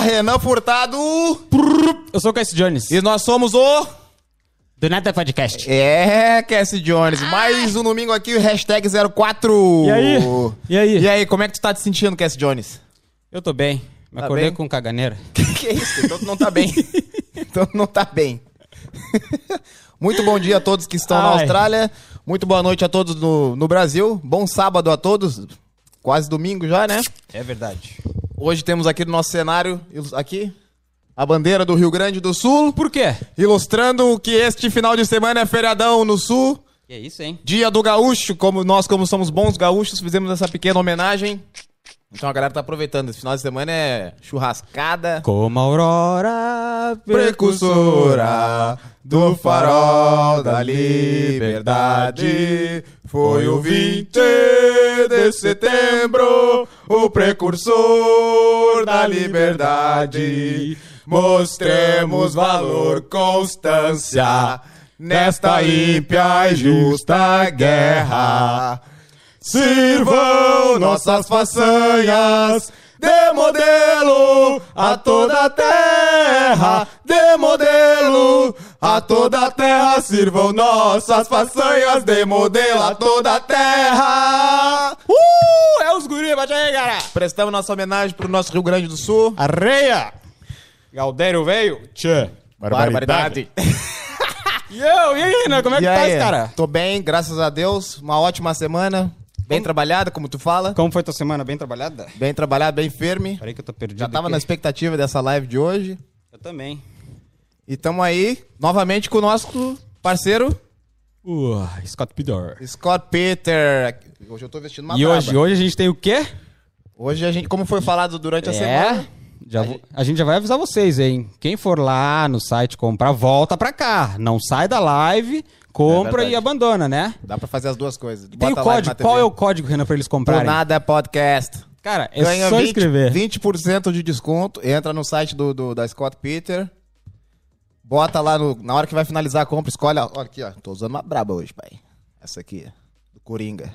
Renan Furtado. Eu sou o Cassie Jones. E nós somos o. Do Nada Podcast. É, Cassie Jones. Mais um domingo aqui, hashtag 04. E aí? E aí? E aí, como é que tu tá te sentindo, Cassie Jones? Eu tô bem. Me Tá acordei bem? com um caganeira. Que, que isso? Então tu não tá bem. então tu não tá bem. Muito bom dia a todos que estão na Ai. Austrália. Muito boa noite a todos no, no Brasil. Bom sábado a todos. Quase domingo já, né? É verdade. Hoje temos aqui no nosso cenário, ilus- aqui, a bandeira do Rio Grande do Sul. Por quê? Ilustrando que este final de semana é feriadão no Sul. Que isso, hein? Dia do Gaúcho, como nós, como somos bons gaúchos, fizemos essa pequena homenagem. Então a galera tá aproveitando. Esse final de semana é churrascada. Como a aurora Precursora do farol da liberdade foi o 20 de setembro, o precursor da liberdade. Mostremos valor, constância nesta ímpia e justa guerra. Sirvam nossas façanhas de modelo a toda a terra, de modelo a toda a terra. Sirvam nossas façanhas de modelo a toda a terra. Uh, é os guri, bate aí, cara. Prestamos nossa homenagem pro nosso Rio Grande do Sul. Arreia. Galdério veio. Tchê. Yo, e aí, Renan? Como é que E tá aí, esse cara? Tô bem, graças a Deus. Uma ótima semana. Bem trabalhada, como tu fala. Como foi tua semana? Bem trabalhada? Bem trabalhada, bem firme. Peraí que eu tô perdido Já tava aqui. na expectativa dessa live de hoje. Eu também. E tamo aí, novamente com o nosso parceiro, Uh, Scott Pidor. Scott Peter. Hoje eu tô vestindo uma E braba. hoje, hoje a gente tem o quê? Hoje a gente, como foi falado É? durante a semana, Já vou- a gente já vai avisar vocês, hein? Quem for lá no site comprar, volta pra cá. Não sai da live, compra É verdade. e abandona, né? dá pra fazer as duas coisas. E tem o código. Qual é o código, Renan, pra eles Do comprarem? nada é podcast. Cara, é Ganha só 20, escrever. 20% de desconto. Entra no site do, do- da Scott Peter. Bota lá no, na hora que vai finalizar a compra, escolhe. ó, Olha aqui, ó. Tô usando uma braba hoje, pai. Essa aqui, ó, do Coringa.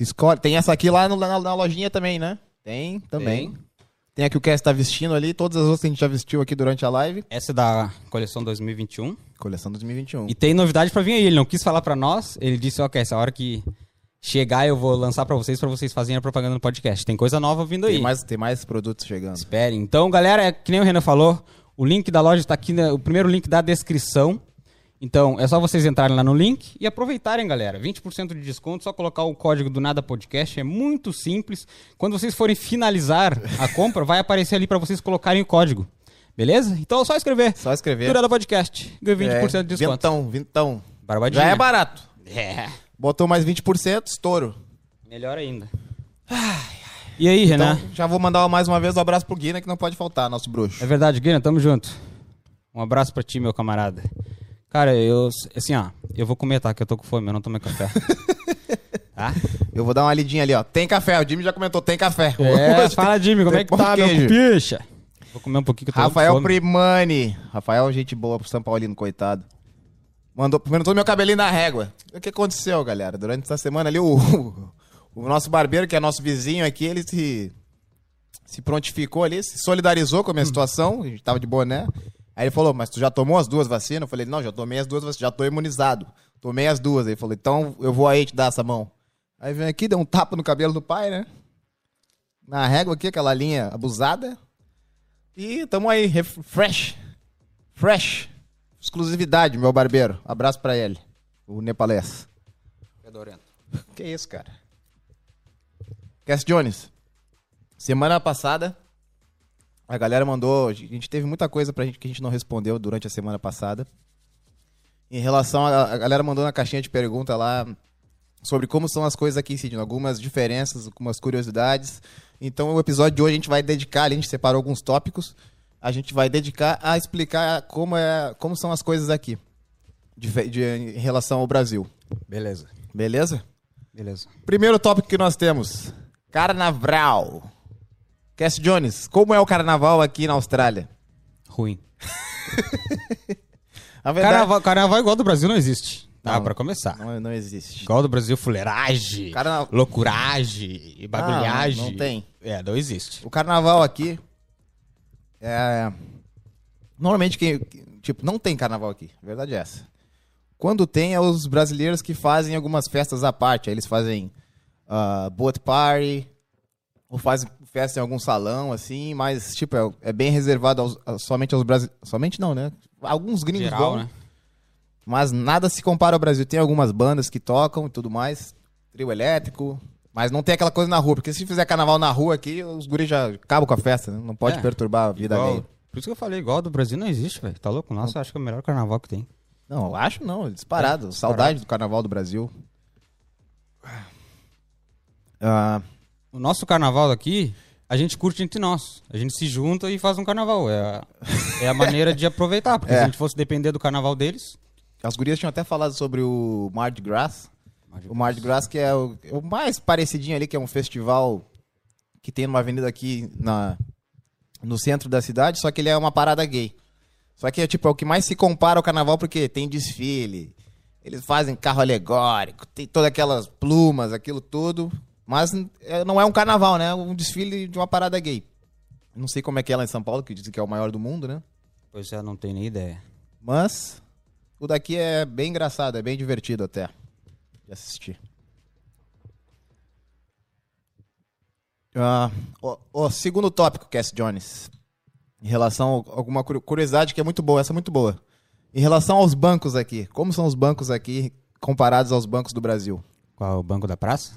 Escolhe. Tem essa aqui lá no- na, na lojinha também, né? Tem também. Tem, Tem. a que o Cass tá vestindo ali. Todas as outras que a gente já vestiu aqui durante a live. Essa é da coleção 2021. Coleção 2021. E tem novidade pra vir aí. Ele não quis falar pra nós. Ele disse, ó, que essa hora que chegar eu vou lançar pra vocês, pra vocês fazerem a propaganda no podcast. Tem coisa nova vindo aí. Tem mais, tem mais produtos chegando. Esperem. Então, galera, é que nem o Renan falou, o link da loja tá aqui, né, o primeiro link da descrição. Então, é só vocês entrarem lá no link e aproveitarem, galera. 20% de desconto, só colocar o código do Nada Podcast, é muito simples. Quando vocês forem finalizar a compra, vai aparecer ali pra vocês colocarem o código. Beleza? Então é só escrever. Só escrever. Do Nada Podcast. Ganha 20% É, de desconto. Vintão, vintão. Barbadinha. Já é barato. É. Botou mais 20%, estouro. Melhor ainda. E aí, Renan? Então, já vou mandar mais uma vez um abraço pro Guina, que não pode faltar, nosso bruxo. É verdade, Guilherme, tamo junto. Um abraço pra ti, meu camarada. Cara, eu. Assim, ó, eu vou comer, tá? Que eu tô com fome, eu não tomei café. tá? Eu vou dar uma lidinha ali, ó. Tem café, o Jimmy já comentou, tem café. É, Hoje fala, Jimmy, como é que tem pão tá, de meu queijo. picha? Vou comer um pouquinho que eu tô Rafael com fome. Primani. Rafael, gente boa pro São Paulino, coitado. Mandou, comentou meu cabelinho na régua. O que aconteceu, galera? Durante essa semana ali, o, o nosso barbeiro, que é nosso vizinho aqui, ele se, se prontificou ali, se solidarizou com a minha situação. A gente tava de boné. Aí ele falou, mas tu já tomou as duas vacinas? Eu falei, não, já tomei as duas vacinas, já tô imunizado. Tomei as duas. Ele falou, então eu vou aí te dar essa mão. Aí vem aqui, deu um tapa no cabelo do pai, né? Na régua aqui, aquela linha abusada. E tamo aí, ref- fresh. Fresh. Exclusividade, meu barbeiro. Abraço pra ele, o nepalês. Que isso, cara? Cass Jones, semana passada, a galera mandou. A gente teve muita coisa pra gente que a gente não respondeu durante a semana passada. Em relação a. A galera mandou na caixinha de pergunta lá sobre como são as coisas aqui em Sydney, algumas diferenças, algumas curiosidades. Então, o episódio de hoje a gente vai dedicar, ali, a gente separou alguns tópicos, a gente vai dedicar a explicar como, é, como são as coisas aqui dife- de- em relação ao Brasil. Beleza. Beleza? Beleza. Primeiro tópico que nós temos: Carnaval. Cass Jones, como é o carnaval aqui na Austrália? Ruim. A verdade Carnaval, carnaval igual do Brasil não existe. Tá, Não. pra começar. não, não existe. Igual do Brasil, fuleiragem, Carna- Ah, loucuragem, bagulhagem. não tem. É, não existe. O carnaval aqui É, normalmente, quem, tipo, não tem carnaval aqui. A verdade é essa. Quando tem, é os brasileiros que fazem algumas festas à parte. Aí eles fazem ah, boat party, ou fazem festa em algum salão, assim, mas, tipo, é, é bem reservado aos- a- somente aos brasileiros. Somente não, né? Alguns gringos Geral, vão, né? mas nada se compara ao Brasil. Tem algumas bandas que tocam e tudo mais, trio elétrico, mas não tem aquela coisa na rua, porque se fizer carnaval na rua aqui, os guris já acabam com a festa, né? Não pode É, perturbar a vida Igual- dele. Por isso que eu falei, igual do Brasil não existe, velho. Tá louco? Nossa, eu acho que é o melhor carnaval que tem. Não, eu acho não, é disparado. É, Saudade do carnaval do Brasil. Ah, O nosso carnaval aqui, a gente curte entre nós. A gente se junta e faz um carnaval. É a, é a maneira de aproveitar, porque se a gente fosse depender do carnaval deles. as gurias tinham até falado sobre o Mardi Gras. Mardi O Mardi Gras, que é o, o mais parecidinho ali, que é um festival que tem numa avenida aqui na, no centro da cidade, só que ele é uma parada gay. Só que é tipo, é o que mais se compara ao carnaval, porque tem desfile, eles fazem carro alegórico, tem todas aquelas plumas, aquilo tudo. Mas é, não é um carnaval, né? É um desfile de uma parada gay. Não sei como é que é lá em São Paulo, que dizem que é o maior do mundo, né? Pois é, não tem nem ideia. Mas o daqui é bem engraçado, é bem divertido até de assistir. Ah, o, o segundo tópico, Cass Jones, em relação a alguma curi- curiosidade que é muito boa, essa é muito boa. Em relação aos bancos aqui, como são os bancos aqui comparados aos bancos do Brasil? Qual o banco da praça?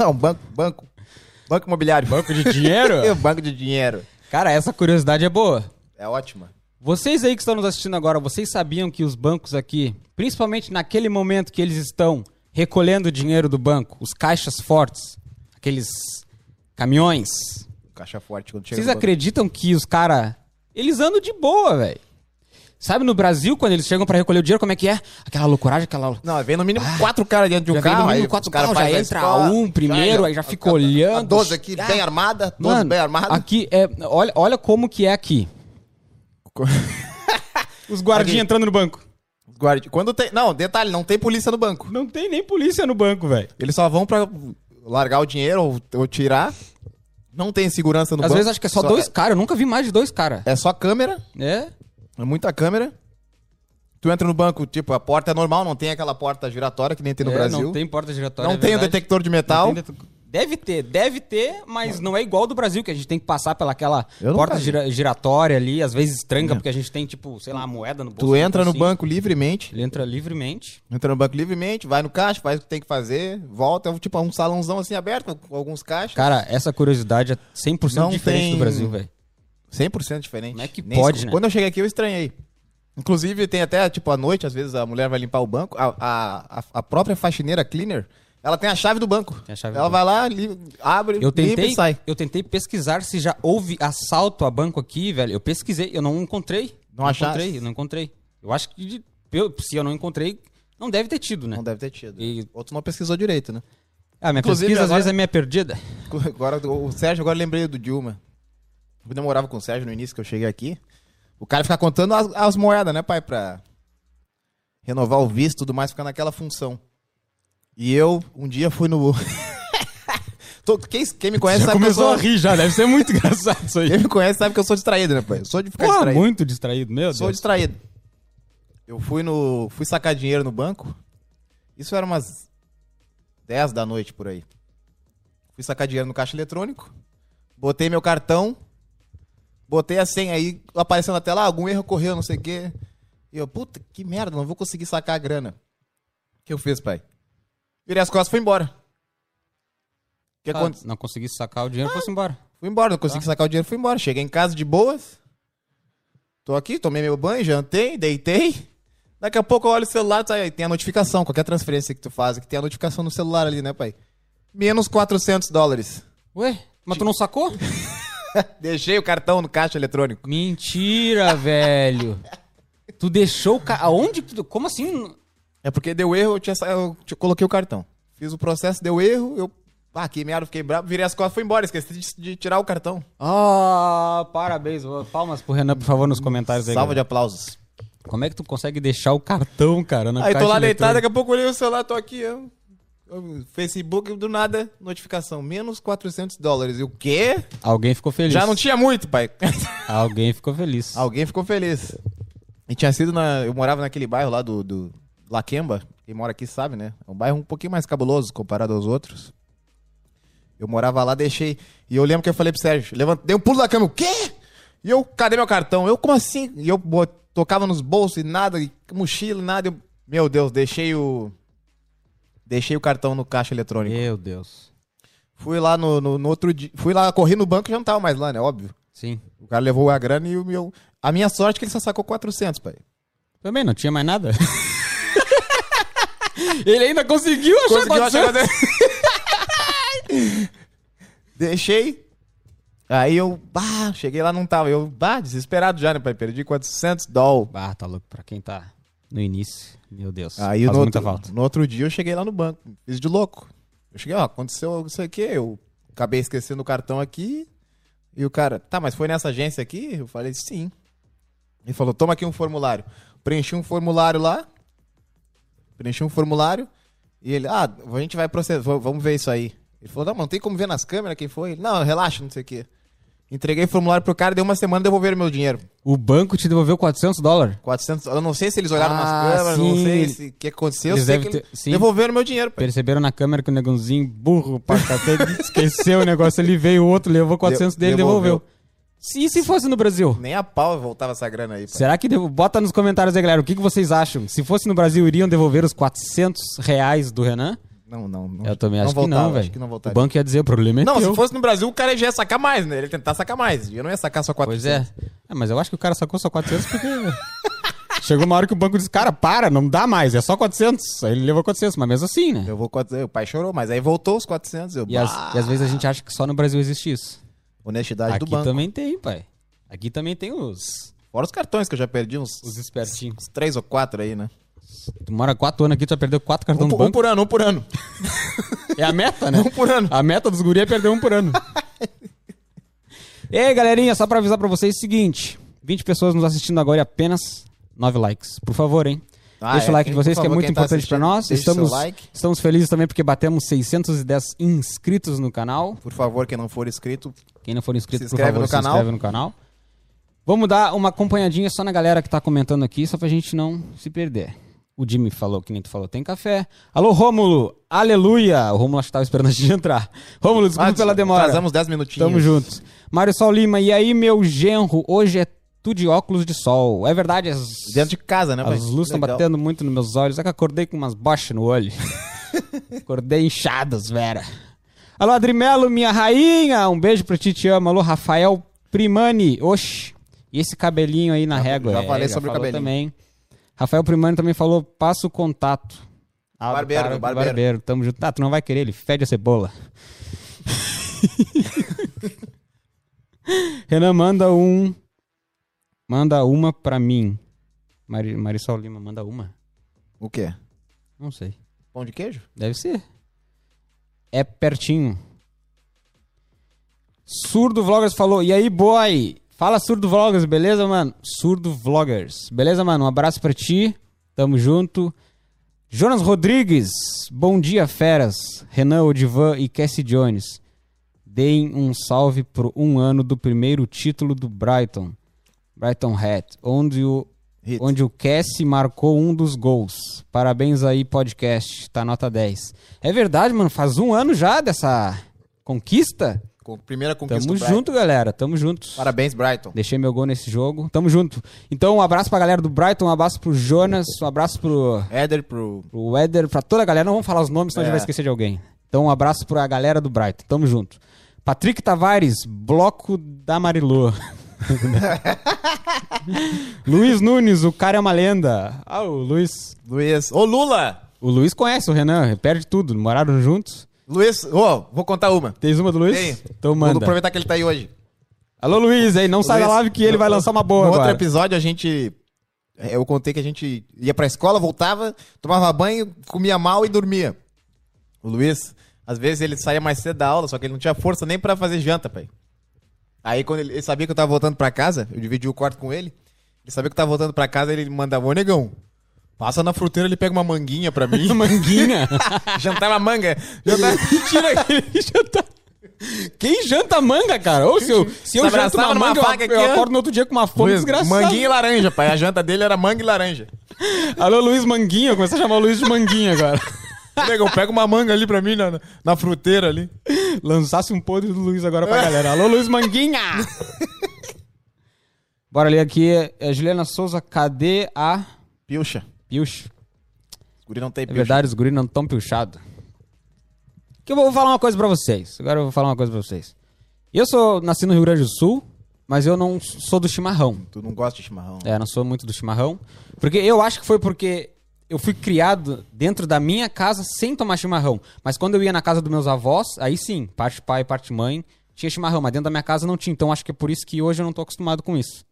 Não, banco, banco, banco imobiliário, Banco de dinheiro? É, banco de dinheiro, Cara, essa curiosidade é boa. é ótima. Vocês aí que estão nos assistindo agora, vocês sabiam que os bancos aqui, principalmente naquele momento que eles estão recolhendo o dinheiro do banco, os caixas fortes, aqueles caminhões, Caixa forte quando chega. vocês no banco. acreditam que os cara, eles andam de boa, velho? Sabe no Brasil quando eles chegam pra recolher o dinheiro, como é que é? Aquela loucuragem, aquela Não, vem no mínimo quatro caras dentro de um Ah. já vem carro. no mínimo aí quatro os caras carros, já fazem a entra escola, um primeiro, aí já fica olhando. A 12 Tá aqui, bem armada, 12 Mano, bem armada. Aqui é, olha, olha como que é aqui. Os guardinhas Aqui. entrando no banco. Guarde- Quando tem... Não, detalhe, não tem polícia no banco. Não tem nem polícia no banco, velho. Eles só vão pra largar o dinheiro ou, ou tirar. Não tem segurança no Às banco. vezes acho que é só, dois É, caras, eu nunca vi mais de dois caras. é só câmera, É? é muita câmera. Tu entra no banco, tipo, a porta é normal, não tem aquela porta giratória que nem tem no É, Brasil. Não tem porta giratória. Não é tem o verdade. detector de Não metal. tem det- Deve ter, deve ter, mas não é igual do Brasil, que a gente tem que passar pelaquela Eu nunca porta vi. É. gira- giratória ali, às vezes tranca, porque a gente tem, tipo, sei lá, a moeda no bolso. Tu entra no assim. banco livremente. Ele entra livremente. Entra no banco livremente, vai no caixa, faz o que tem que fazer, volta, é tipo um salãozão assim aberto, com alguns caixas. Cara, essa curiosidade é 100% Não diferente tem- do Brasil, velho. 100% diferente. Como é que pode, esco- né? Quando eu cheguei aqui, eu estranhei. Inclusive, tem até, tipo, à noite, às vezes a mulher vai limpar o banco. A, a, a- a própria faxineira cleaner, ela tem a chave do banco. Tem a chave do ela vai banco. lá, li- abre, Eu limpa tentei, e sai. eu tentei pesquisar se já houve assalto a banco aqui, velho. Eu pesquisei, eu não encontrei. Não achaste? encontrei, não encontrei. Eu acho que de- eu- se eu não encontrei, não deve ter tido, né? Não deve ter tido. E- Outro não pesquisou direito, né? Ah, minha Inclusive, pesquisa às agora- vezes é minha perdida. Agora, o Sérgio, agora eu lembrei do Dilma. Quando eu morava com o Sérgio no início que eu cheguei aqui, o cara fica contando as, as moedas, né, pai? Pra renovar o visto e tudo mais, ficar naquela função. E eu, um dia, fui no. Tô- quem, quem me conhece sabe que eu sou- rir já, deve ser muito engraçado isso aí. Quem me conhece sabe que eu sou distraído, né, pai? Eu sou de ficar Porra, distraído. muito distraído, meu Sou Deus. distraído. Eu fui no. fui sacar dinheiro no banco. Isso era umas 10 da noite por aí. Fui sacar dinheiro no caixa eletrônico. Botei meu cartão. Botei a senha aí, apareceu na tela, ah, algum erro ocorreu, não sei o quê. E eu, puta, que merda, não vou conseguir sacar a grana. O que eu fiz, pai? Virei as costas e fui embora. O que Ah, aconteceu? Não consegui sacar o dinheiro, fosse embora. Fui embora, não consegui sacar o dinheiro, fui embora. Cheguei em casa de boas. Tô aqui, tomei meu banho, jantei, deitei. Daqui a pouco eu olho o celular, tá aí, tem a notificação, qualquer transferência que tu faz, que tem a notificação no celular ali, né, pai? Menos 400 dólares. Ué, mas tu não sacou? Deixei o cartão no caixa eletrônico. Mentira, velho. Tu deixou o ca... Aonde que tu... Como assim? É porque deu erro, eu, tinha, sa- eu te- coloquei o cartão. Fiz o processo, deu erro, eu. Ah, que merda, fiquei bravo, virei as costas, fui embora, esqueci de, de tirar o cartão. Ah, parabéns. Palmas pro Renan, por favor, nos comentários aí. Salva de galera. aplausos. Como é que tu consegue deixar o cartão, cara, na Aí tô caixa lá deitado, eletrônica? daqui a pouco eu olhei o celular, tô aqui. Eu... eu- Facebook, do nada, notificação, menos 400 dólares. E o quê? Alguém ficou feliz. Já não tinha muito, pai. Alguém ficou feliz. Alguém ficou feliz. E tinha sido na. Eu morava naquele bairro lá do, do Laquemba. Quem mora aqui sabe, né? É um bairro um pouquinho mais cabuloso comparado aos outros. Eu morava lá, deixei. E eu lembro que eu falei pro Sérgio, levanta, dei um pulo da cama, o quê? E eu, cadê meu cartão? Eu, como assim? E eu bot- tocava nos bolsos e nada, e mochila, nada. Eu, meu Deus, deixei o. Deixei o cartão no caixa eletrônico. Meu Deus. Fui lá no, no- no outro dia. Fui lá, corri no banco e já não tava mais lá, né? Óbvio. Sim. O cara levou a grana e o meu. A minha sorte é que ele só sacou 400, pai. Também não tinha mais nada. Ele ainda conseguiu achar Conseguiu achar 400. 400. Deixei. Aí eu, bah, cheguei lá, não tava. Eu, bah, desesperado já, né, pai? Perdi 400 doll. Ah, tá louco. Pra quem tá no início, meu Deus. Aí faz no, muita outro, falta. no outro dia eu cheguei lá no banco, fiz de louco. Eu cheguei, ó, aconteceu isso aqui, eu acabei esquecendo o cartão aqui. E o cara, tá, mas foi nessa agência aqui? Eu falei, sim. Ele falou, toma aqui um formulário. Preenchi um formulário lá. Preenchi um formulário. E ele, ah, a gente vai processar, va- vamos ver isso aí. Ele falou, não, mas não tem como ver nas câmeras quem foi. Ele, não, relaxa, não sei o quê. Entreguei o formulário pro cara, deu uma semana devolveram meu dinheiro. O banco te devolveu 400 dólares? 400, eu não sei se eles olharam Ah, nas câmeras, não sim. sei se- o que aconteceu, Eles eu sei que devem eles ter- sim. devolveram meu dinheiro, pai. Perceberam na câmera que o negãozinho burro pra cacete esqueceu o negócio. Ele veio, o outro levou 400 dele e devolveu. devolveu. Se- E se fosse no Brasil? Nem a pau voltava essa grana aí, pai. Será que... devo- Bota nos comentários aí, galera. O que, que vocês acham? Se fosse no Brasil, iriam devolver os 400 reais do Renan? Não, não, não. Eu também acho que voltava, não, Acho que não velho. O voltaria. banco ia dizer, o problema é Não, teu. se fosse no Brasil, o cara já ia sacar mais, né? Ele ia tentar sacar mais. Eu não ia sacar só 400. Pois é. É, mas eu acho que o cara sacou só 400 porque... Chegou uma hora que o banco disse, cara, para, não dá mais, é só 400. Aí ele levou 400, mas mesmo assim, né? Eu vou 400. O pai chorou, mas aí voltou os 400. Eu, E, às- bah, e às vezes a gente acha que só no Brasil existe isso. Honestidade do Aqui banco. também tem, pai. Aqui também tem os, Fora os cartões que eu já perdi, uns, os espertinhos. uns 3 ou 4 aí, né? Tu mora quatro anos aqui, tu já perdeu quatro cartões Um, do por- um banco. por ano, um por ano. É a meta, né? um por ano. A meta dos guri é perder um por ano. Ei, galerinha, só pra avisar pra vocês o seguinte: 20 pessoas nos assistindo agora e apenas 9 likes. Por favor, hein? Ah, Deixa é, o like quem- de vocês, por que é favor, muito quem tá importante pra assistindo, nós. deixa seu Estamos, like. estamos felizes também porque batemos 610 inscritos no canal. Por favor, quem não for inscrito, Quem não for inscrito, Se por inscreve favor, no se canal. inscreve no canal. Vamos dar uma acompanhadinha só na galera que tá comentando aqui, só pra gente não se perder. O Jimmy falou, que nem tu falou, tem café. Alô, Rômulo! Aleluia! O Rômulo acho que tava esperando a gente entrar. Rômulo, desculpa Ah, pela demora. Atrasamos 10 minutinhos. Tamo juntos. Mário Sol Lima, e aí, meu genro? Hoje é tu de óculos de sol. É verdade, as, Dentro de casa, né, pai? as luzes estão Legal. batendo muito nos meus olhos. É que eu acordei com umas bochas no olho. acordei inchadas, Vera. Alô, Adrimelo, minha rainha. Um beijo pra ti, te amo. Alô, Rafael Primani. Oxi, e esse cabelinho aí na Já- régua? já É, falei sobre o falou cabelinho. Também. Rafael Primani também falou, passa o contato. Ah, do Barbeiro, cara, do barbeiro. Tamo junto. Tá, tu não vai querer, ele fede a cebola. Renan, manda um. Manda uma pra mim. Mari, Marisol Lima, manda uma? O quê? Não sei. Pão de queijo? Deve ser. É pertinho. Surdo Vloggers falou. E aí, boy? Fala, Surdo Vloggers, beleza, mano? Surdo Vloggers. Beleza, mano? Um abraço pra ti. Tamo junto. Jonas Rodrigues. Bom dia, feras. Renan Odivan e Cassie Jones. Deem um salve pro um ano do primeiro título do Brighton. Brighton Hat. Onde o Hit. onde o Cassie marcou um dos gols. Parabéns aí, podcast. Tá nota 10. É verdade, mano. Faz um ano já dessa conquista. Com- Primeira conquista Tamo do Brighton. junto, galera. Tamo junto. Parabéns, Brighton. Deixei meu gol nesse jogo. Tamo junto. Então, um abraço pra galera do Brighton, um abraço pro Jonas, um abraço pro, Éder pro pro Éder, pra toda a galera. Não vamos falar os nomes, senão a gente É. vai esquecer de alguém. Então, um abraço pra galera do Brighton. Tamo junto. Patrick Tavares, bloco da Marilô. Luiz Nunes, o cara é uma lenda. Ah, o Luiz. Luiz. Ô, Lula! O Luiz conhece o Renan, perde tudo, moraram juntos. Luiz, ô, vou contar uma. Tens uma do Luiz? Tem. Então Vou manda. aproveitar que ele tá aí hoje. Alô, Luiz, aí, não sai da Luiz, live que ele no- vai lançar uma boa No agora. outro episódio, a gente. é, Eu contei que a gente ia pra escola, voltava, tomava banho, comia mal e dormia. O Luiz, às vezes ele saía mais cedo da aula, só que ele não tinha força nem pra fazer janta, pai. Aí quando ele, ele sabia que eu tava voltando pra casa, eu dividi o quarto com ele. Ele sabia que eu tava voltando pra casa, ele mandava, ô negão, Passa na fruteira, ele pega uma manguinha pra mim. Manguinha? Jantar na manga. Jantar... Mentira, ele janta. Quem janta manga, cara? Ou se eu, se eu Se janto abraçava uma numa manga, faca eu, aqui, eu ó. acordo no outro dia com uma fome Luiz, desgraçada. manguinha e laranja, pai. A janta dele era manga e laranja. Alô, Luiz Manguinha. Eu começo a chamar o Luiz de Manguinha agora. Negão, pega uma manga ali pra mim na, na fruteira ali. Lançasse um podre do Luiz agora pra galera. Alô, Luiz Manguinha! Bora ler aqui. É Juliana Souza, cadê a Pilcha. Pilch? Os guri não tem É pilcha. verdade, os guris não tão pilchados. Que eu vou falar uma coisa pra vocês. Agora eu vou falar uma coisa pra vocês. Eu sou nasci no Rio Grande do Sul, mas eu não sou do chimarrão. Tu não gosta de chimarrão. É, não sou muito do chimarrão. Porque eu acho que foi porque eu fui criado dentro da minha casa sem tomar chimarrão. Mas quando eu ia na casa dos meus avós, aí sim, parte pai, parte mãe, tinha chimarrão. Mas dentro da minha casa não tinha. Então acho que é por isso que hoje eu não tô acostumado com isso.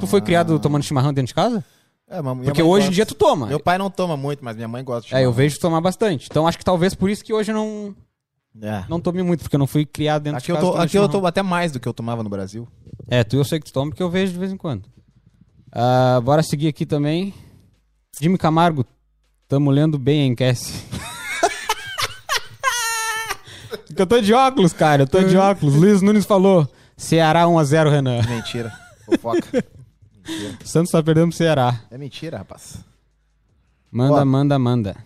Tu foi criado tomando chimarrão dentro de casa? É, mas Ah. minha Porque mãe hoje gosta. em dia tu toma. Meu pai não toma muito, mas minha mãe gosta de É, eu chimarrão. vejo tomar bastante. Então acho que talvez por isso que hoje eu não, É. não tome muito, porque eu não fui criado dentro Aqui, de eu casa. tô, tomando aqui eu chimarrão. tô até mais do que eu tomava no Brasil. É, tu eu sei que tu toma, porque eu vejo de vez em quando. Ah, bora seguir aqui também. Jimmy Camargo, tamo lendo bem a enquete. eu tô de óculos, cara, eu tô de óculos. Luiz Nunes falou, Ceará 1x0, Renan. Mentira. Fofoca. Mentira. Santos tá perdendo pro Ceará. É mentira, rapaz. Manda, Ó. manda, manda.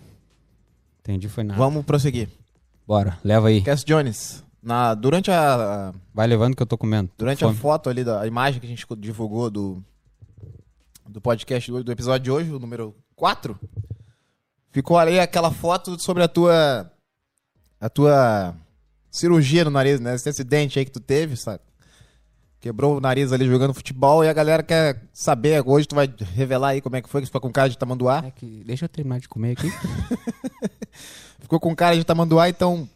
Entendi, foi nada. Vamos prosseguir. Bora, leva aí. Cass Jones, na, durante a Vai levando que eu tô comendo. durante a Fome. foto ali da a imagem que a gente divulgou do do podcast do, do episódio de hoje, o número 4, ficou ali aquela foto sobre a tua a tua cirurgia no nariz, né? Esse acidente aí que tu teve, sabe? Quebrou o nariz ali jogando futebol e a galera quer saber. Hoje tu vai revelar aí como é que foi, que tu ficou com cara de tamanduá. É que- Deixa eu terminar de comer aqui. ficou com cara de tamanduá, então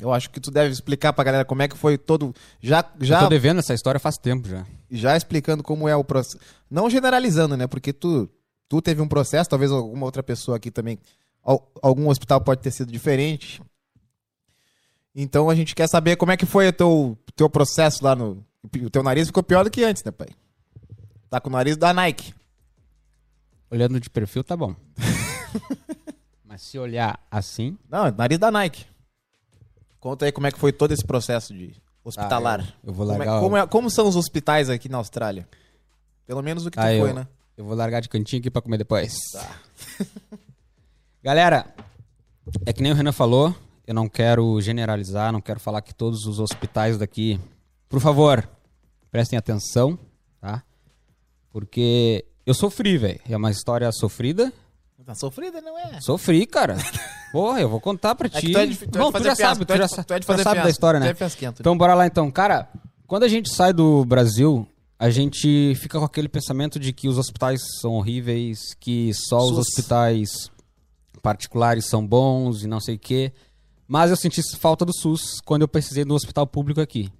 eu acho que tu deve explicar pra galera como é que foi todo. Já, Já... já, Tô devendo essa história faz tempo já. já explicando como é o processo. Não generalizando, né? Porque tu, tu teve um processo, talvez alguma outra pessoa aqui também. al- Algum hospital pode ter sido diferente. Então a gente quer saber como é que foi o teu, teu processo lá no. O teu nariz ficou pior do que antes, né, pai? Tá com o nariz da Nike. Olhando de perfil, tá bom. Mas se olhar assim. Não, é nariz da Nike. Conta aí como é que foi todo esse processo de hospitalar. Ah, eu- eu vou Como é- largar o- Como, é- como são os hospitais aqui na Austrália? Pelo menos o que tu Ah, foi, eu, né? eu vou largar de cantinho aqui pra comer depois. Tá. Galera, é que nem o Renan falou, eu não quero generalizar, não quero falar que todos os hospitais daqui. Por favor, prestem atenção, tá? Porque eu sofri, velho. É uma história sofrida. Tá sofrida, não é? Sofri, cara. Porra, eu vou contar pra ti. É que tu é de, tu é de Bom, tu fazer já fiasco, sabe, tu é tu de- já sa- tu é de tu já fazer sabe da fiasco, história, tu né? é fiasquento. Então bora lá então. Cara, quando a gente sai do Brasil, a gente fica com aquele pensamento de que os hospitais são horríveis, que só os SUS. hospitais particulares são bons e não sei o quê. Mas eu senti falta do SUS quando eu precisei do hospital público aqui.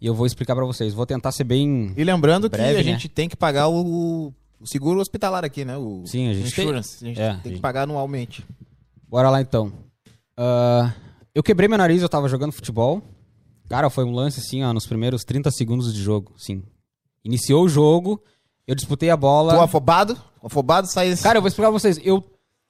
E eu vou explicar pra vocês. Vou tentar ser bem E lembrando que Breve, a né? gente tem que pagar o, o seguro hospitalar aqui, né? O, Sim, a gente tem- insurance. A gente é, tem a gente- que pagar anualmente. Bora lá então. Ah, eu quebrei meu nariz, eu tava jogando futebol. Cara, foi um lance assim, ó, nos primeiros 30 segundos de jogo, sim. Iniciou o jogo, eu disputei a bola. Tu é afobado? Afobado sai esse... Cara, eu vou explicar pra vocês. Eu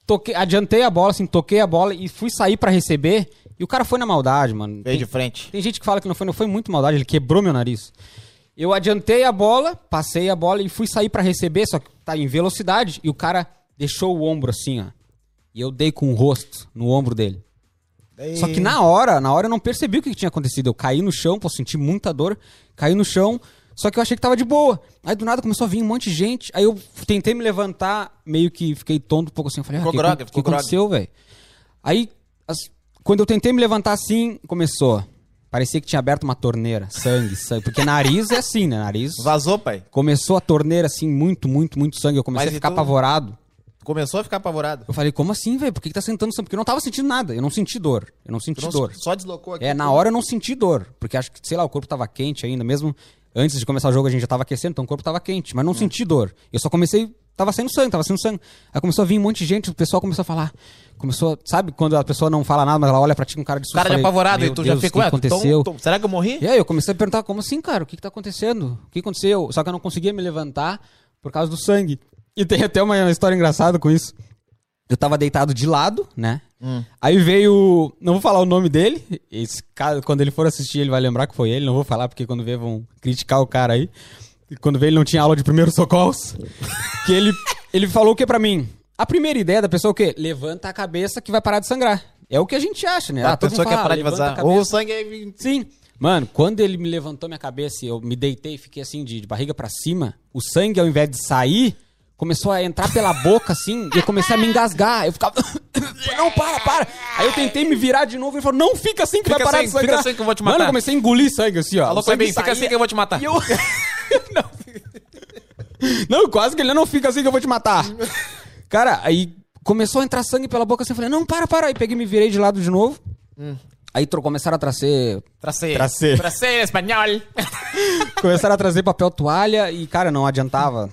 toquei, adiantei a bola, assim, toquei a bola e fui sair pra receber. E o cara foi na maldade, mano. veio Tem- de frente. tem gente que fala que não foi, não foi muito maldade, ele quebrou meu nariz. Eu adiantei a bola, passei a bola e fui sair pra receber, só que tá em velocidade e o cara deixou o ombro assim, ó. E eu dei com o rosto no ombro dele. Só que na hora, na hora eu não percebi o que que tinha acontecido. Eu caí no chão, pô, senti muita dor, caí no chão, só que eu achei que tava de boa. Aí do nada começou a vir um monte de gente, aí eu tentei me levantar, meio que fiquei tonto um pouco assim. Eu falei, ah, o Ficou que, grogue, que, ficou que aconteceu, velho? Aí, as- quando eu tentei me levantar assim, começou. Parecia que tinha aberto uma torneira, sangue, sangue. Porque nariz é assim, né? Nariz. Vazou, pai. Começou a torneira assim, muito, muito, muito sangue. Eu comecei Mas e a ficar tu? apavorado. Começou a ficar apavorado. Eu falei, como assim, velho? Por que, que tá sentando sangue? Porque eu não tava sentindo nada. Eu não senti dor. Eu não senti Tu não- dor. Só deslocou aqui. É, na hora eu não senti dor, porque acho que, sei lá, o corpo tava quente ainda, mesmo antes de começar o jogo a gente já tava aquecendo, então o corpo tava quente, mas não senti dor. Eu só comecei, tava saindo sangue, tava saindo sangue. Aí começou a vir um monte de gente, o pessoal começou a falar, começou, sabe, quando a pessoa não fala nada, mas ela olha pra ti com cara de O susto. cara falei, já apavorado "Meu e tu Deus, já ficou... o que "Ué, então tom- aconteceu? É, tom, será que eu morri? E aí eu comecei a perguntar, como assim, cara? O que que tá acontecendo? O que aconteceu? Só que eu não conseguia me levantar por causa do sangue. E tem até uma história engraçada com isso. Eu tava deitado de lado, né? Hum. Aí veio. Não vou falar o nome dele. Esse cara, quando ele for assistir, ele vai lembrar que foi ele. Não vou falar, porque quando vê, vão criticar o cara aí. E quando vê, ele não tinha aula de primeiros socorros. que ele, ele falou o que pra mim? A primeira ideia da pessoa é o quê? Levanta a cabeça que vai parar de sangrar. É o que a gente acha, né? a Ah, todo pessoa mundo quer fala, parar de "Levanta a vazar. cabeça". Ou o sangue é... Sim. Mano, quando ele me levantou minha cabeça e eu me deitei e fiquei assim, de, de barriga pra cima, o sangue, ao invés de sair, começou a entrar pela boca, assim, e eu comecei a me engasgar. Eu ficava. Não, para, para! Aí eu tentei me virar de novo e ele falou: não, fica assim que Fica vai parar assim, de sangrar. fica assim que eu vou te matar. Mano, eu comecei a engolir sangue, assim, ó. Alô, O sangue Clebinho, fica saía assim que eu vou te matar. E eu. não. não, quase que ele não fica assim que eu vou te matar. Cara, aí começou a entrar sangue pela boca assim, eu falei: não, para, para. Aí peguei e me virei de lado de novo. Hum. Aí tro- começaram a trazer Tracei. Tracei. Tracei espanhol. Começaram a trazer papel toalha e, cara, não adiantava.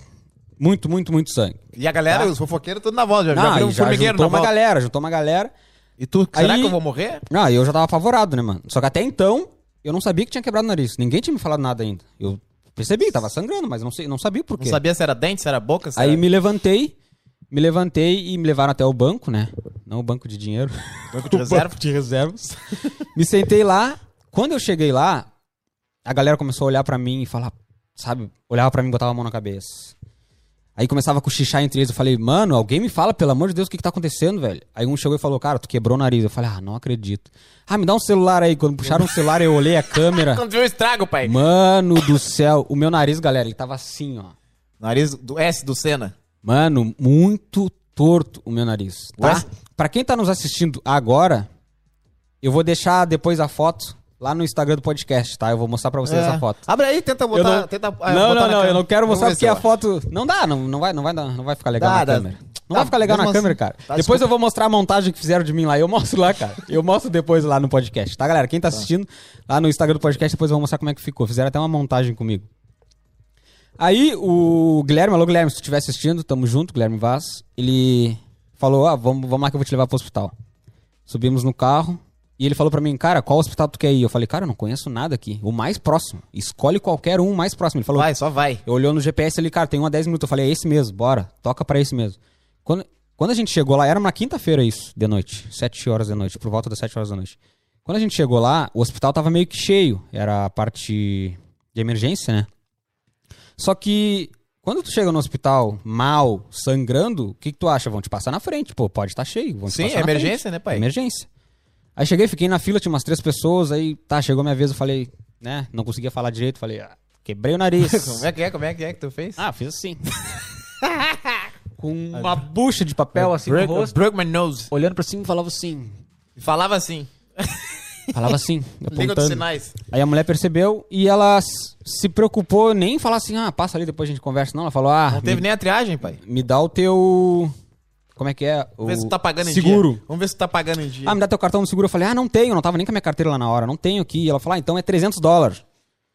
Muito, muito, muito sangue. E a galera, os fofoqueiros, tudo na volta. Já, já Tá. Não, viu e um já formigueiro juntou na uma volta. galera, juntou uma galera. E tu, será Aí- que eu vou morrer? Não, e eu já tava apavorado, né, mano? Só que até então, eu não sabia que tinha quebrado o nariz. Ninguém tinha me falado nada ainda. Eu percebi, tava sangrando, mas não, sei, não sabia por Não quê. sabia se era dente, se era boca, se Aí era... me levantei, me levantei e me levaram até o banco, né? Não o banco de dinheiro. Banco de reserva. de reservas. me sentei lá. Quando eu cheguei lá, a galera começou a olhar pra mim e falar, sabe? Olhava pra mim e botava a mão na cabeça. Aí começava a cochichar entre eles. Eu falei, mano, alguém me fala, pelo amor de Deus, o que, que tá acontecendo, velho? Aí um chegou e falou, cara, tu quebrou o nariz. Eu falei, ah, não acredito. Ah, me dá um celular aí. Quando puxaram o celular, eu olhei a câmera. Quando viu o estrago, pai. Mano do céu, o meu nariz, galera, ele tava assim, ó. Nariz do S do Senna. Mano, muito torto o meu nariz, tá? Ué? Pra quem tá nos assistindo agora, eu vou deixar depois a foto lá no Instagram do podcast, tá? Eu vou mostrar pra vocês É. essa foto. Abre aí, tenta Eu É. botar... não, tenta, ah, não, botar na não, não, câmera. eu não quero mostrar Vamos ver porque se a eu- foto não dá, não, não vai, não vai, dar- não vai ficar legal Dá, na dá. câmera. Não Tá, vai ficar legal na mesmo câmera, assim. cara. Tá, depois eu vou mostrar a montagem que fizeram de mim lá. Eu mostro lá, cara. Eu mostro depois lá no podcast, tá, galera? Quem tá assistindo lá no Instagram do podcast, depois eu vou mostrar como é que ficou. Fizeram até uma montagem comigo. Aí o Guilherme, alô Guilherme, se tu estiver assistindo, tamo junto, Guilherme Vaz. Ele falou: ah, vamos, vamos lá que eu vou te levar pro hospital. Subimos no carro e ele falou pra mim: cara, qual hospital tu quer ir? Eu falei: cara, eu não conheço nada aqui. O mais próximo. Escolhe qualquer um mais próximo. Ele falou: Vai, só vai. eu olhou no GPS ali, cara, tem um a 10 minutos. Eu falei, é esse mesmo, bora, toca pra esse mesmo. Quando, quando a gente chegou lá, era uma quinta-feira isso, de noite, 7 horas da noite, por volta das 7 horas da noite. Quando a gente chegou lá, o hospital tava meio que cheio, era a parte de emergência, né? Só que quando tu chega no hospital mal, sangrando, o que, que tu acha? Vão te passar na frente, pô, pode estar cheio, vão te Sim, passar é na frente. emergência, né, pai? Emergência. Aí cheguei, fiquei na fila, tinha umas três pessoas, aí tá, chegou minha vez, eu falei, né, não conseguia falar direito, falei, ah, quebrei o nariz. Como é que é? Como é que é que tu fez? Ah, fiz assim. com uma bucha de papel assim no Broke- rosto, Broke my nose. olhando pra cima e falava assim. E Falava assim. Falava assim, Liga dos apontando. sinais. Aí a mulher percebeu e ela s- se preocupou nem falar assim, ah, passa ali, depois a gente conversa. Não, ela falou, ah, Não teve me, nem a triagem, pai. me dá o teu... Como é que é? O Vamos ver se tu tá pagando em dia. Seguro. Vamos ver se tu tá pagando em dia. Ah, me dá teu cartão do seguro. Eu falei, ah, não tenho, não tava nem com a minha carteira lá na hora, não tenho aqui. E ela falou, ah, então é 300 dólares.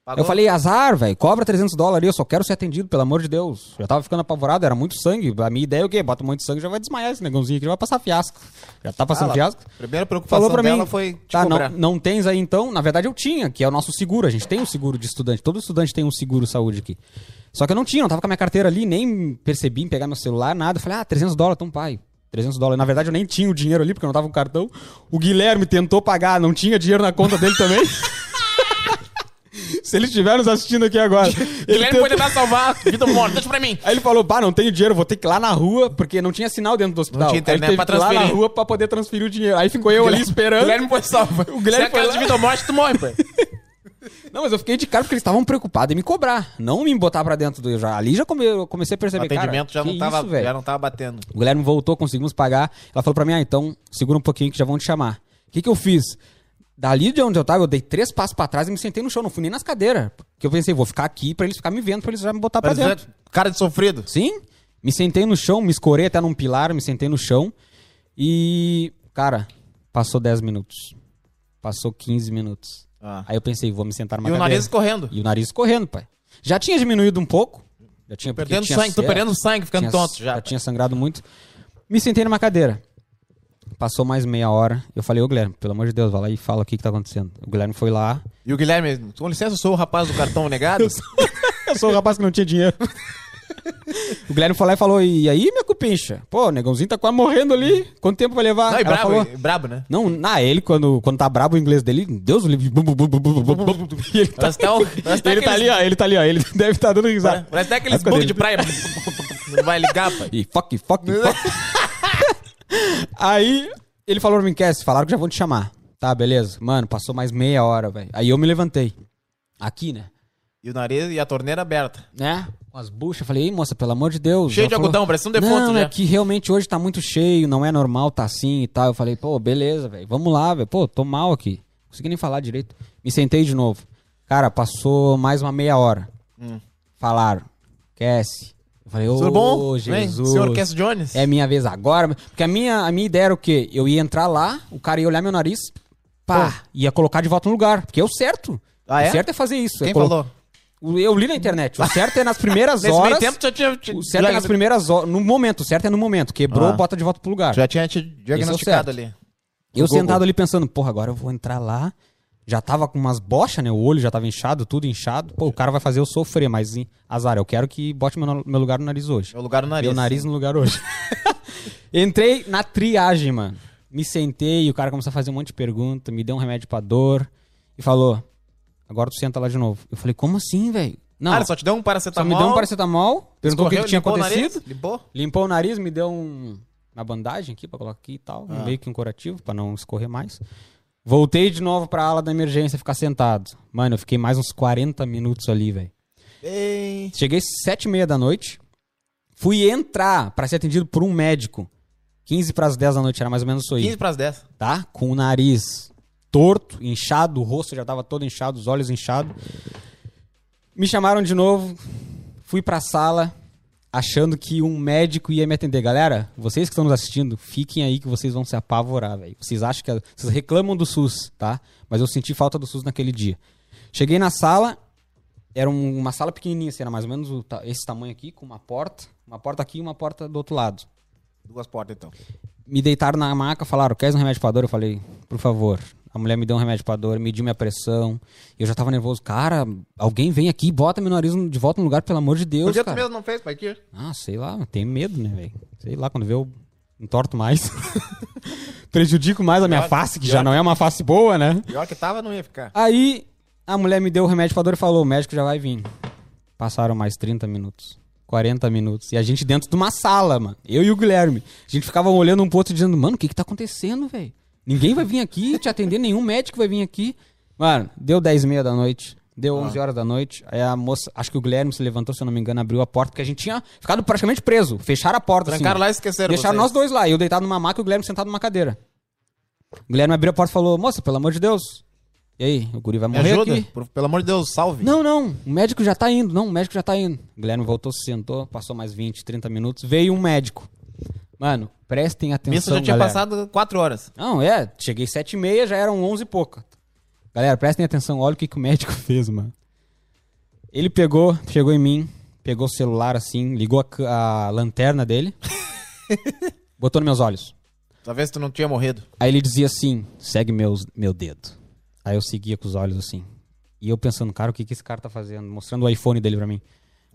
Pagou? Eu falei, azar, velho, cobra 300 dólares, eu só quero ser atendido, pelo amor de Deus. Eu tava ficando apavorado, era muito sangue. A minha ideia é o quê? Bota muito sangue, já vai desmaiar esse negãozinho aqui, já vai passar fiasco. Já tá Ah, passando lá. fiasco. Primeira preocupação Falou pra dela mim, foi te tá, cobrar. não, não tens aí então, na verdade eu tinha, que é o nosso seguro, a gente tem um seguro de estudante, todo estudante tem um seguro saúde aqui. Só que eu não tinha, não tava com a minha carteira ali, nem percebi em pegar meu celular, nada. Eu Falei, ah, 300 dólares, então pai, 300 dólares. Na verdade eu nem tinha o dinheiro ali, porque eu não tava com o cartão. O Guilherme tentou pagar, não tinha dinheiro na conta dele também. Se eles estiver nos assistindo aqui agora. ele Guilherme tentou... foi tentar salvar. Vitor Moro, deixa pra mim. Aí ele falou, bah, não tenho dinheiro, vou ter que ir lá na rua, porque não tinha sinal dentro do hospital. Não tinha internet Aí teve pra que ir lá na transferir. rua pra poder transferir o dinheiro. Aí ficou eu ali esperando. Guilherme foi salva. O Se Guilherme é foi caso lá. de Vitor Morte, tu morre, pai. Não, mas eu fiquei de cara porque eles estavam preocupados em me cobrar, não me botar pra dentro do. eu Já, ali já come- eu comecei a O perceber cara, atendimento já, que não tava, isso, velho? já não tava batendo. O Guilherme voltou, conseguimos pagar. Ela falou pra mim: ah, então segura um pouquinho que já vão te chamar. O que, que eu fiz? Dali de onde eu tava, eu dei três passos pra trás e me sentei no chão, não fui nem nas cadeiras. Porque eu pensei, vou ficar aqui pra eles ficarem me vendo, pra eles já me botar pra Mas dentro. é cara de sofrido. Sim. Me sentei no chão, me escorei até num pilar, me sentei no chão. E, cara, passou 10 minutos. Passou 15 minutos. Ah. Aí eu pensei, vou me sentar numa E o cadeira. nariz correndo. tá E o nariz correndo, pai. Já tinha diminuído um pouco. Já tinha porque Perdendo tinha sangue, tô é, perdendo sangue, ficando tinha- tonto já. tinha sangrado muito. Me sentei numa cadeira. Passou mais meia hora. Eu falei, ô Guilherme, pelo amor de Deus, vai lá e fala o que, que tá acontecendo. O Guilherme foi lá. E o Guilherme, com licença, eu sou o rapaz do cartão negado? Eu sou o rapaz que não tinha dinheiro. O Guilherme foi lá e falou: E aí, minha cupincha? Pô, o negãozinho tá quase morrendo ali. Quanto tempo vai levar? Não, e Ela brabo, falou, e brabo, né? Não, na ele, quando, quando tá brabo o inglês dele, Deus o livre. Bum, bum, bum, bum, bum, bum, bum, bum. E ele tá, Parece é até, o- parece até ele tá aqueles- ali, ó, ele tá ali, ó. Ele deve estar dando risada. Parece até aqueles Época bug dele. de praia. Não vai ligar, pai. E fuck, fuck, fuck. Aí ele falou pra mim, Cass, falaram que já vão te chamar. Tá, beleza. Mano, passou mais meia hora, velho. Aí eu me levantei. Aqui, né? E o nariz e a torneira aberta. Né? Com as buchas. Falei, ei, moça, pelo amor de Deus. Cheio Ela de algodão, parece um defunto Não, já. é que realmente hoje tá muito cheio, não é normal, tá assim e tal. Eu falei, pô, beleza, velho. Vamos lá, velho. Pô, tô mal aqui. Não consegui nem falar direito. Me sentei de novo. Cara, passou mais uma meia hora. Hum. Falaram. Cass. Eu falei, Tudo ô, bom? Jesus. Vem, senhor Cass Jones? É minha vez agora. Porque a minha, a minha ideia era o quê? Eu ia entrar lá, o cara ia olhar meu nariz, pá, ia colocar de volta no lugar. Porque é o certo. Ah, é? O certo é fazer isso. é Quem colo- falou? O- Eu li na internet. O certo é nas primeiras Nesse meio horas. tempo já tinha... O certo é nas primeiras horas. No momento, o certo é no momento. Quebrou, Ah. bota de volta pro lugar. Já tinha te é certo. diagnosticado ali. eu Google. sentado ali pensando, porra, agora eu vou entrar lá. Já tava com umas bochas, né? O olho já tava inchado, tudo inchado. Pô, o cara vai fazer eu sofrer, mas hein, azar, eu quero que bote meu, no- meu lugar no nariz hoje. Meu É lugar no nariz. Meu nariz no lugar hoje. Entrei na triagem, mano. Me sentei, o cara começou a fazer um monte de pergunta, me deu um remédio pra dor e falou: Agora tu senta lá de novo. Eu falei: Como assim, velho? Não, Ah, ele só te deu um só paracetamol. me deu um paracetamol, perguntou o que, correu, que tinha limpou o nariz, acontecido. Limpou? Limpou o nariz, me deu um, uma bandagem aqui pra colocar aqui e tal. Ah. um Meio que um curativo pra não escorrer mais. Voltei de novo pra ala da emergência ficar sentado. Mano, eu fiquei mais uns 40 minutos ali, velho. Bem... Cheguei às sete e meia da noite. Fui entrar pra ser atendido por um médico. 15 pras 10 da noite, era mais ou menos isso aí 15 pras 10. tá? Com o nariz torto, inchado, o rosto já tava todo inchado, os olhos inchados. Me chamaram de novo, fui pra sala, achando que um médico ia me atender. Galera, vocês que estão nos assistindo, fiquem aí que vocês vão se apavorar, velho. Vocês acham que. Vocês reclamam do SUS, tá? Mas eu senti falta do SUS naquele dia. Cheguei na sala, era um- uma sala pequenininha, assim, era mais ou menos o ta- esse tamanho aqui, com uma porta, uma porta aqui e uma porta do outro lado Duas portas, então. me deitaram na maca, falaram, queres um remédio pra dor? Eu falei, por favor. A mulher me deu um remédio pra dor, mediu minha pressão. Eu já tava nervoso. Cara, alguém vem aqui e bota meu nariz de volta no lugar, pelo amor de Deus, Por que tu cara. mesmo não fez, pai? Que- Ah, sei lá, eu tenho medo, né, velho? Sei lá, quando vê eu entorto mais. Prejudico mais a minha face, que já não é uma face boa, né? Pior que tava, não ia Ah, ficar. Aí a mulher me deu o remédio pra dor e falou: o médico já vai vir. Passaram mais 30 minutos. 40 minutos. E a gente dentro de uma sala, mano. Eu e o Guilherme. A gente ficava olhando um pro outro e dizendo, mano, o que que tá acontecendo, velho? Ninguém vai vir aqui te atender, nenhum médico vai vir aqui. Mano, deu 10 e meia da noite. Deu 11 horas da noite. Aí a moça, acho que o Guilherme se levantou, se eu não me engano, abriu a porta, porque a gente tinha ficado praticamente preso. Fecharam a porta. Trancaram assim, lá ó. e esqueceram Deixaram vocês. nós dois lá. Eu deitado numa maca e o Guilherme sentado numa cadeira. O Guilherme abriu a porta e falou: Moça, pelo amor de Deus. E aí, o guri vai Me morrer ajuda? aqui? Por- pelo amor de Deus, salve. Não, não, o médico já tá indo. Não, o médico já tá indo. O Guilherme voltou, se sentou, passou mais 20, 30 minutos. Veio um médico. Mano, prestem atenção. Isso já tinha galera. passado 4 horas. Não, é, cheguei 7 e meia, já eram 11 e pouca. Galera, prestem atenção, olha o que, que o médico fez, mano. Ele pegou, chegou em mim, pegou o celular assim, ligou a c- a, lanterna dele, botou nos meus olhos. Talvez tu não tinha morrido. Aí ele dizia assim, segue meus, meu dedo. Aí eu seguia com os olhos assim. E eu pensando, cara, o que, que esse cara tá fazendo? Mostrando o iPhone dele pra mim.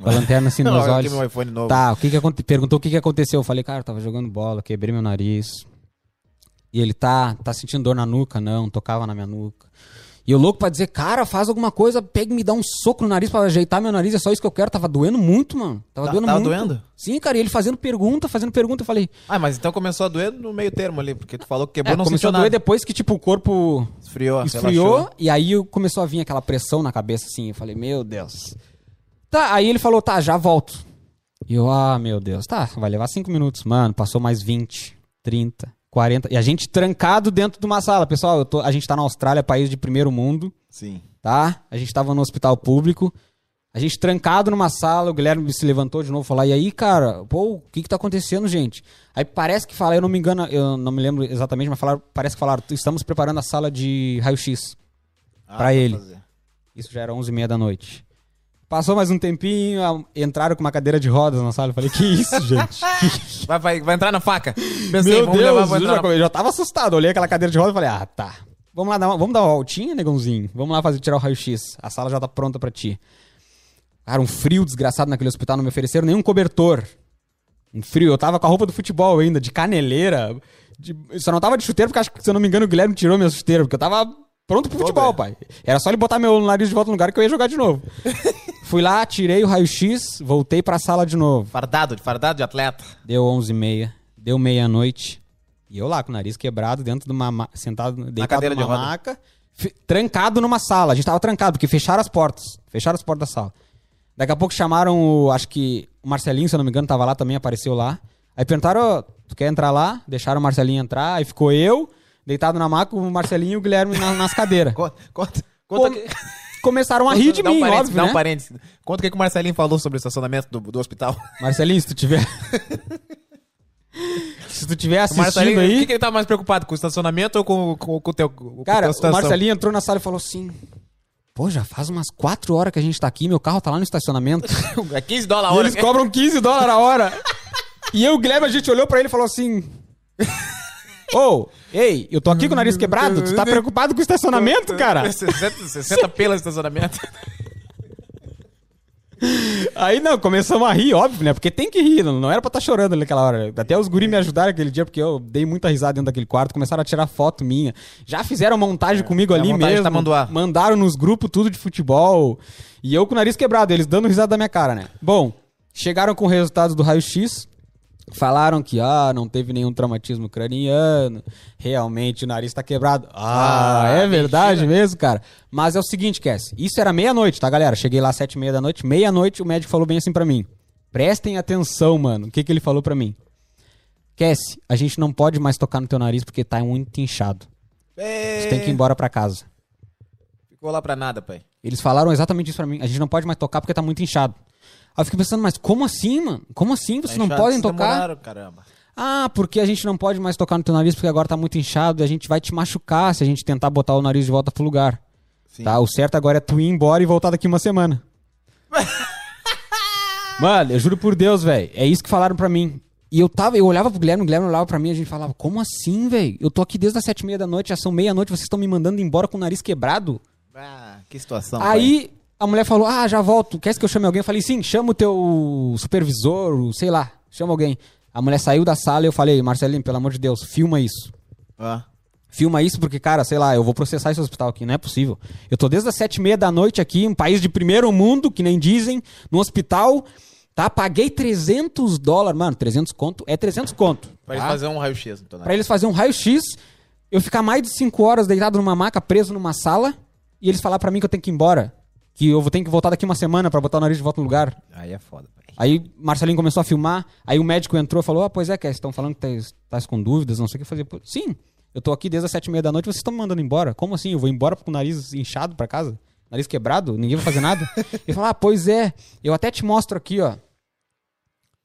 Com a lanterna assim nos meus eu olhos. tenho meu iPhone novo. Tá, o que que aconte... perguntou o que, que aconteceu. Eu falei, cara, eu tava jogando bola, quebrei meu nariz. E ele tá, tá sentindo dor na nuca, não, tocava na minha nuca. E eu louco pra dizer, cara, faz alguma coisa, pega e me dá um soco no nariz pra ajeitar meu nariz, é só isso que eu quero. Tava doendo muito, mano. Tava Tá- doendo tava muito. doendo? Sim, cara, e ele fazendo pergunta, fazendo pergunta. Eu falei, Ah, mas então começou a doer no meio termo ali, porque tu falou que é, quebrou, não começou sentiu a nada. doer depois que, tipo, o corpo Esfriou, esfriou relaxou. e aí eu- começou a vir aquela pressão na cabeça assim, eu falei, meu Deus. Tá, aí ele falou, tá, já volto. E eu, ah, meu Deus, tá, vai levar cinco minutos. Mano, passou mais 20, 30, 40. E a gente trancado dentro de uma sala. Pessoal, eu tô- a gente tá na Austrália, país de primeiro mundo Sim. tá? A gente tava no hospital público. A gente trancado numa sala, o Guilherme se levantou de novo e falou: E aí, cara, pô, o que que tá acontecendo, gente? Aí parece que falaram, eu não me engano, eu não me lembro exatamente, mas falaram, parece que falaram: estamos preparando a sala de raio-x. Ah, Pra ele. fazer. Isso já era 11h30 da noite. Passou mais um tempinho, a- entraram com uma cadeira de rodas na sala. Eu falei: Que isso, gente? Vai, vai, vai entrar na faca. Pensei, Meu vamos Deus, levar, vou eu entrar já, na... eu já tava assustado. Olhei aquela cadeira de roda e falei, ah, tá. Vamos lá, dar uma, vamos dar uma voltinha, negãozinho? Vamos lá fazer tirar o raio-x. A sala já tá pronta pra ti. Cara, um frio desgraçado naquele hospital, não me ofereceram nenhum cobertor. Um frio. Eu tava com a roupa do futebol ainda, de caneleira. de- Só não tava de chuteiro, porque acho que, se eu não me engano, o Guilherme tirou minha chuteira, porque eu tava pronto pro futebol, pai. Era só ele botar meu nariz de volta no lugar que eu ia jogar de novo. Fui lá, tirei o raio-x, voltei pra sala de novo. Fardado, de fardado de atleta. Deu 11h30, deu meia-noite. E eu lá, com o nariz quebrado, dentro de uma. ma- sentado deitado cadeira de numa roda. maca, fi- trancado numa sala. A gente tava trancado, porque fecharam as portas. Fecharam as portas da sala. Daqui a pouco chamaram o. Acho que o Marcelinho, se eu não me engano, tava lá também, apareceu lá. Aí perguntaram: "Ô, tu quer entrar lá? Deixaram o Marcelinho entrar. Aí ficou eu, deitado na maca, o Marcelinho e o Guilherme na- nas cadeiras. Conta, conta, Come- conta que... Começaram a rir de dá mim, um parênteses, óbvio. dá um né? parênteses. Conta o que, que o Marcelinho falou sobre o estacionamento do, do hospital. Marcelinho, se tu tiver. se tu tiver O assistindo Marcelinho, aí. o que, que ele tá mais preocupado? Com o estacionamento ou com, com, com o teu. Com Cara, teu o Marcelinho entrou na sala e falou assim: Pô, já faz umas 4 horas que a gente tá aqui, meu carro tá lá no estacionamento. É 15 dólares a e hora. eles cobram 15 dólares a hora. E eu, e o Guilherme, a gente olhou pra ele e falou assim: Ô, ei, eu tô aqui com o nariz quebrado, tu tá preocupado com o estacionamento, cara? 60, 60 pela estacionamento. Aí não, começamos a rir, óbvio, né? Porque tem que rir, não não era pra estar chorando naquela hora. Até os guri me ajudaram aquele dia, porque eu dei muita risada dentro daquele quarto, começaram a tirar foto minha. Já fizeram montagem comigo é, a ali montagem mesmo. tá mandoá. Mandaram nos grupos tudo de futebol. E eu com o nariz quebrado, eles dando risada da minha cara, né? Bom, chegaram com o resultado do raio-x. Falaram que, ah, não teve nenhum traumatismo craniano, realmente o nariz tá quebrado. Ah, Ah, é verdade mesmo, cara. Mas é o seguinte, Cass, isso era meia-noite, tá, galera? Cheguei lá às sete e meia da noite, meia-noite o médico falou bem assim pra mim. Prestem atenção, mano, o que que ele falou pra mim? Cass, a gente não pode mais tocar no teu nariz porque tá muito inchado. Tu É. tem que ir embora pra casa. Ficou lá pra nada, pai. Eles falaram exatamente isso pra mim. A gente não pode mais tocar porque tá muito inchado. Aí eu fiquei pensando, mas como assim, mano? Como assim? Vocês não Tá Inchado, podem vocês tocar? namoraram, caramba. Ah, porque a gente não pode mais tocar no teu nariz porque agora tá muito inchado e a gente vai te machucar se a gente tentar botar o nariz de volta pro lugar. Tá? O certo agora é tu ir embora e voltar daqui uma semana. Mano, eu juro por Deus, velho. É isso que falaram pra mim. E eu tava, eu olhava pro Guilherme, o Guilherme olhava pra mim e a gente falava, como assim, velho? Eu tô aqui desde as sete e meia da noite, já são meia-noite, vocês estão me mandando embora com o nariz quebrado? Ah, que situação. Aí a mulher falou: Ah, já volto. Quer que eu chame alguém? Eu falei: Sim, chama o teu supervisor, o- sei lá, chama alguém. A mulher saiu da sala e eu falei: Marcelinho, pelo amor de Deus, filma isso. pai. Filma isso porque, cara, sei lá, eu vou processar esse hospital aqui, não é possível. Eu tô desde as sete e meia da noite aqui, um país de primeiro mundo, que nem dizem, no hospital, tá? Paguei 300 dólares, mano, 300 conto, é 300 conto. Pra tá? eles fazer um raio-x no teu Pra nariz. eles fazerem um raio-x, eu ficar mais de 5 horas deitado numa maca, preso numa sala, e eles falar pra mim que eu tenho que ir embora. Que eu vou ter que voltar daqui uma semana pra botar o nariz de volta no lugar. Aí é foda, pai. Aí Marcelinho começou a filmar, aí o médico entrou e falou: Ah, pois é, Cass, estão falando que tá, tá com dúvidas, não sei o que fazer. Pô, Sim, eu tô aqui desde as sete e meia da noite, vocês estão me mandando embora. Como assim? Eu vou embora com o nariz inchado pra casa? Nariz quebrado? Ninguém vai fazer nada? Ele falou: Ah, pois é, eu até te mostro aqui, ó.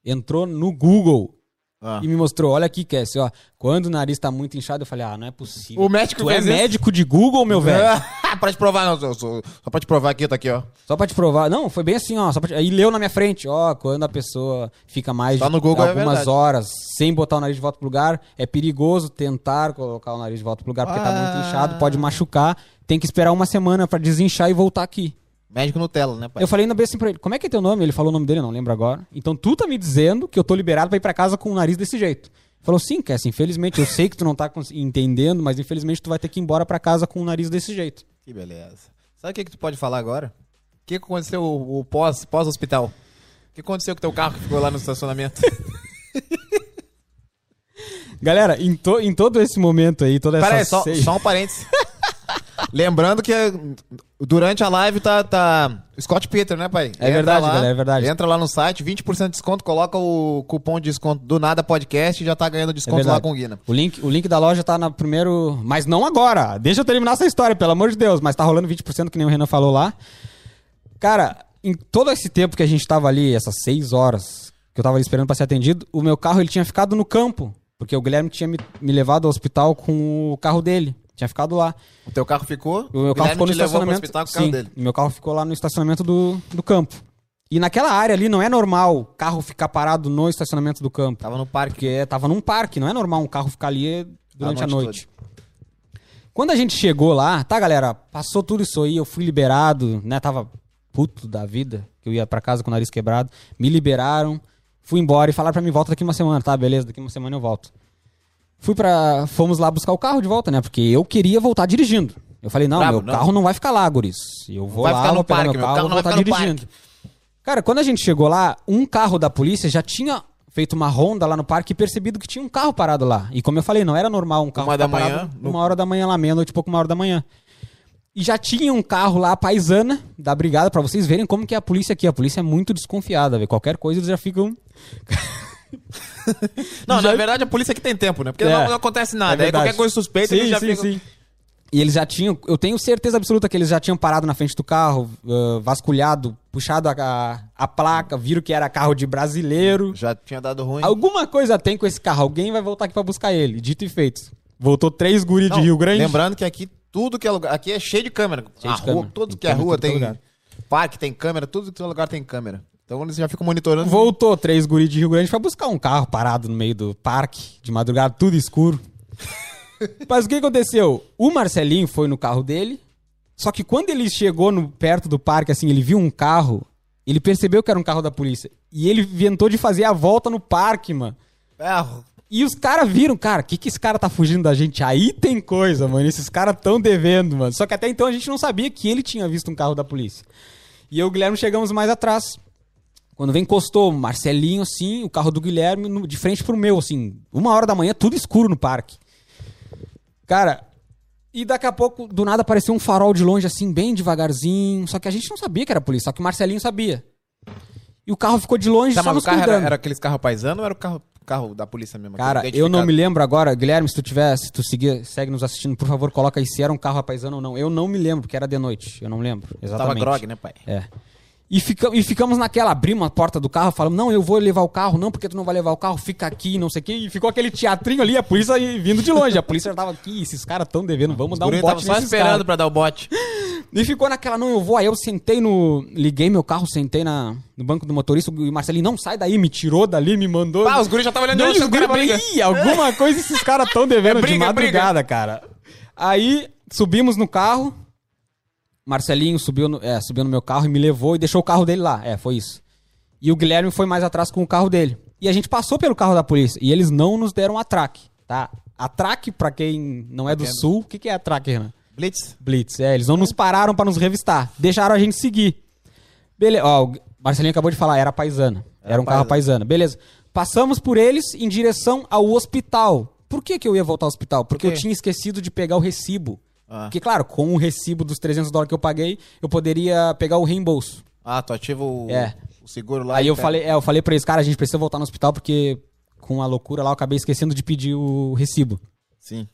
Entrou no Google Ah. e me mostrou: Olha aqui, Cass, ó. Quando o nariz tá muito inchado, eu falei: Ah, não é possível. O médico Tu é fez isso? médico de Google, É. meu velho? pra te provar, não, só, só, só pra te provar aqui, tá aqui, ó. Só pra te provar. Não, foi bem assim, ó. Só pra te- Aí leu na minha frente, ó, quando a pessoa fica mais Só de no Google é algumas verdade. horas sem botar o nariz de volta pro lugar, é perigoso tentar colocar o nariz de volta pro lugar porque tá muito Ah. inchado, pode machucar. Tem que esperar uma semana pra desinchar e voltar aqui. Médico Nutella, né, pai? Eu falei ainda bem assim pra ele, como é que é teu nome? Ele falou o nome dele, eu não lembro agora. Então tu tá me dizendo que eu tô liberado pra ir pra casa com o nariz desse jeito. Ele Falou, sim, Cass, infelizmente, eu sei que tu não tá cons- entendendo, mas infelizmente tu vai ter que ir embora pra casa com o nariz desse jeito. Que beleza. Sabe o que, que tu pode falar agora? O que, que aconteceu o, o pós- pós-hospital? o que aconteceu com teu carro que ficou lá no estacionamento? Galera, em, to- em todo esse momento aí, toda essa Pera aí, só, ceia- só um parênteses. Lembrando que eh, durante a live tá, tá Scott Peter, né, pai? É verdade, galera, é verdade. Entra lá no site, 20% de desconto, coloca o cupom de desconto do Nada Podcast e já tá ganhando É desconto verdade. lá com o Guina. O link, o link da loja tá no primeiro. Mas não agora. Deixa eu terminar essa história, pelo amor de Deus. Mas tá rolando 20%, que nem o Renan falou lá. Cara, em todo esse tempo que a gente tava ali, essas seis horas que eu tava ali esperando pra ser atendido, o meu carro ele tinha ficado no campo. Porque o Guilherme tinha me, me levado ao hospital com o carro dele. Tinha ficado lá. O teu carro ficou? O meu Guilherme carro ficou no te levou pro estacionamento. hospital com o sim, carro dele. Meu carro ficou lá no estacionamento do, do campo. E naquela área ali não é normal o carro ficar parado no estacionamento do campo. Tava no parque. Porque tava num parque, não é normal um carro ficar ali durante Ah, A a noite noite. Quando a gente chegou lá, tá, galera? Passou tudo isso aí, eu fui liberado, né? Tava puto da vida, que eu ia pra casa com o nariz quebrado. Me liberaram, fui embora e falaram pra mim, volta daqui uma semana, tá? Beleza, daqui uma semana eu volto. Fui pra. Fomos lá buscar o carro de volta, né? Porque eu queria voltar dirigindo. Eu falei, não, Brabo, meu não. carro não vai ficar lá, guris. Eu vou vai lá, ficar no vou pegar parque, meu meu carro, carro vou não vai voltar ficar no dirigindo. Cara, quando a gente chegou lá, um carro da polícia já tinha feito uma ronda lá no parque e percebido que tinha um carro parado lá. E como eu falei, não era normal um carro Uma da ficar manhã, parado no- uma hora da manhã lá, meia-noite, pouco uma hora da manhã. E já tinha um carro lá, a paisana, da brigada, pra vocês verem como que é a polícia aqui. A polícia é muito desconfiada, velho. Qualquer coisa eles já ficam... Não, na verdade a polícia que tem tempo, né? Porque É. não, não acontece nada. Aí verdade. qualquer coisa suspeita, sim, eles já sim, ficam... sim. E eles já tinham, eu tenho certeza absoluta que eles já tinham parado na frente do carro, ah, vasculhado, puxado a- a, a placa, viram que era carro de brasileiro. Já tinha dado ruim. Alguma coisa tem com esse carro, alguém vai voltar aqui pra buscar ele. Dito e feito. Voltou três guri de Rio Grande. Lembrando que aqui tudo que é lugar. Aqui é cheio de câmera. Cheio a de rua, câmera. tudo Tem que é câmera em rua todo tem. lugar. Parque tem câmera, tudo que é lugar tem câmera. Então eles já ficam monitorando. Voltou três guri de Rio Grande pra buscar um carro parado no meio do parque, de madrugada, tudo escuro. Mas o que aconteceu? O Marcelinho foi no carro dele, só que quando ele chegou no, perto do parque, assim, ele viu um carro, ele percebeu que era um carro da polícia. E ele inventou de fazer a volta no parque, mano. Ferro. E os caras viram, cara, o que, que esse cara tá fugindo da gente? Aí tem coisa, mano. Esses caras tão devendo, mano. Só que até então a gente não sabia que ele tinha visto um carro da polícia. E eu e o Guilherme chegamos mais atrás. Quando vem, encostou o Marcelinho, assim, o carro do Guilherme, no- de frente pro meu, assim. Uma hora da manhã, tudo escuro no parque. Cara, e daqui a pouco, do nada, apareceu um farol de longe, assim, bem devagarzinho. Só que a gente não sabia que era polícia, só que o Marcelinho sabia. E o carro ficou de longe, Tá, só mas o nos carro era, cuidando. era aqueles carros paisano ou era o carro, carro da polícia mesmo? aquele Cara, eu não identificado? me lembro agora, Guilherme, se tu tiver, se tu seguir, segue nos assistindo, por favor, coloca aí se era um carro apaisando ou não. Eu não me lembro, porque era de noite, eu não lembro. Tava Exatamente. grog, né, pai? É. E, fica- e ficamos naquela, abrimos a porta do carro, falamos, não, eu vou levar o carro, não, porque tu não vai levar o carro, fica aqui, não sei o quê. E ficou aquele teatrinho ali, a polícia e- vindo de longe. A polícia já tava aqui, esses caras tão devendo, vamos dar um guri tava bote só nesses esperando caras. pra dar o bote. E ficou naquela, não, eu vou. Aí eu sentei no. Liguei meu carro, sentei na, no banco do motorista. E o Marcelinho, não, sai daí, me tirou dali, me mandou. Ah, os guris já tava olhando Não, no e os seu cara guris briga. bem, "Ih, alguma coisa esses caras estão devendo É briga, de é madrugada, cara. Aí subimos no carro. Marcelinho subiu no, é, subiu no meu carro e me levou e deixou o carro dele lá. É, foi isso. E o Guilherme foi mais atrás com o carro dele. E a gente passou pelo carro da polícia e eles não nos deram atraque, tá? Atraque, pra quem não é do sul, o que, que é atraque, Renan? Blitz. Blitz, é, eles não nos pararam pra nos revistar. Deixaram a gente seguir. Beleza, ó, o Marcelinho acabou de falar, era paisana. Era, um carro paisana. Beleza. Passamos por eles em direção ao hospital. Por que, que eu ia voltar ao hospital? Porque eu tinha esquecido de pegar o recibo. Porque, claro, com o recibo dos 300 dólares que eu paguei, eu poderia pegar o reembolso. Ah, tu ativa o, É. o seguro lá. Aí e eu pega. falei, é, eu falei pra eles, cara, a gente precisa voltar no hospital porque com a loucura lá eu acabei esquecendo de pedir o recibo. Sim.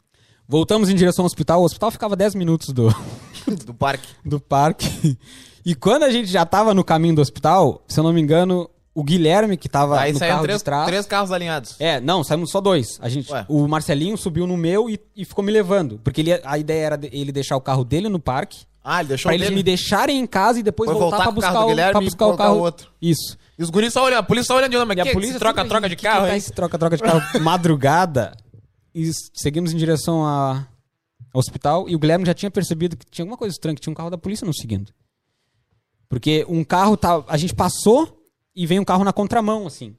Voltamos em direção ao hospital. O hospital ficava 10 minutos do, Do parque. do parque. E quando a gente já tava no caminho do hospital, se eu não me engano, o Guilherme que tava Aí no carro saíram três, três, de trás. três carros alinhados. É, não, saímos só dois. A gente, Ué. o Marcelinho subiu no meu e, e ficou me levando, porque ele- a ideia era de- ele deixar o carro dele no parque Ah, ele deixou pra o eles dele. me deixarem em casa e depois Foi voltar, voltar pra com o carro buscar do o, Guilherme pra e buscar o colocar carro o outro. Isso. E os guris só olhando, a polícia só olhando de novo, mas E que a polícia esse troca, tudo, troca de gente, que que carro, tá hein? esse troca, troca de carro madrugada. E s- seguimos em direção a- ao hospital e o Guilherme já tinha percebido que tinha alguma coisa estranha, que tinha um carro da polícia nos seguindo. Porque um carro tá, a gente passou e veio um carro na contramão assim.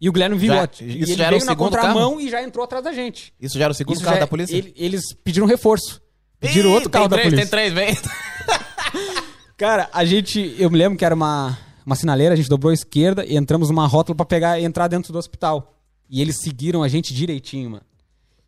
E o Guilherme viu, Já- ó, e isso ele já era veio o na segundo contramão e já entrou atrás da gente. Isso já era o segundo Isso carro já- é, da polícia? ele- eles pediram reforço. Pediram é Ih, outro carro tem da três, polícia. Tem três, vem. Cara, a gente. Eu me lembro que era uma, uma sinaleira, a gente dobrou a esquerda e entramos numa rótula pra pegar e entrar dentro do hospital. E eles seguiram a gente direitinho, mano.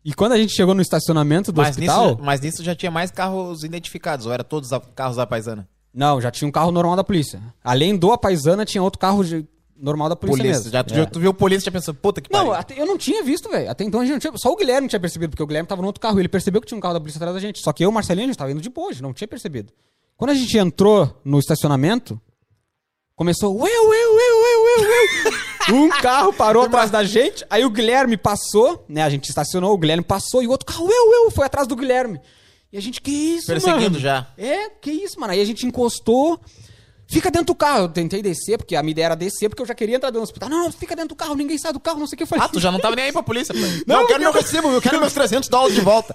E quando a gente chegou no estacionamento do Mas hospital. nisso, mas nisso já tinha mais carros identificados, ou era todos a- carros da paisana? Não, já tinha um carro normal da polícia. Além do a paisana, tinha outro carro de- normal da polícia, mesmo. Já, tu, já- tu viu o polícia e já pensou, puta que Não, pariu. até- eu não tinha visto, velho. Até então a gente não tinha. Só o Guilherme tinha percebido, porque o Guilherme tava no outro carro. e Ele percebeu que tinha um carro da polícia atrás da gente. Só que eu e o Marcelinho, a gente tava indo de boa, a gente não tinha percebido. Quando a gente entrou no estacionamento, começou. Ué, ué, ué, ué, ué, ué. um carro parou atrás da gente, aí o Guilherme passou, né? A gente estacionou, o Guilherme passou e o outro carro, ué, ué, ué, foi atrás do Guilherme. E a gente, que isso, Perseguindo mano? já. É, que isso, mano. Aí a gente encostou. Fica dentro do carro. Eu tentei descer, porque a minha ideia era descer, porque eu já queria entrar dentro do hospital. Não, não, fica dentro do carro, ninguém sai do carro, não sei o que. Eu falei, Ah, tu já não tava nem aí pra polícia, pai. Não, eu Não, quero meu recibo, eu quero meus 300 dólares de volta.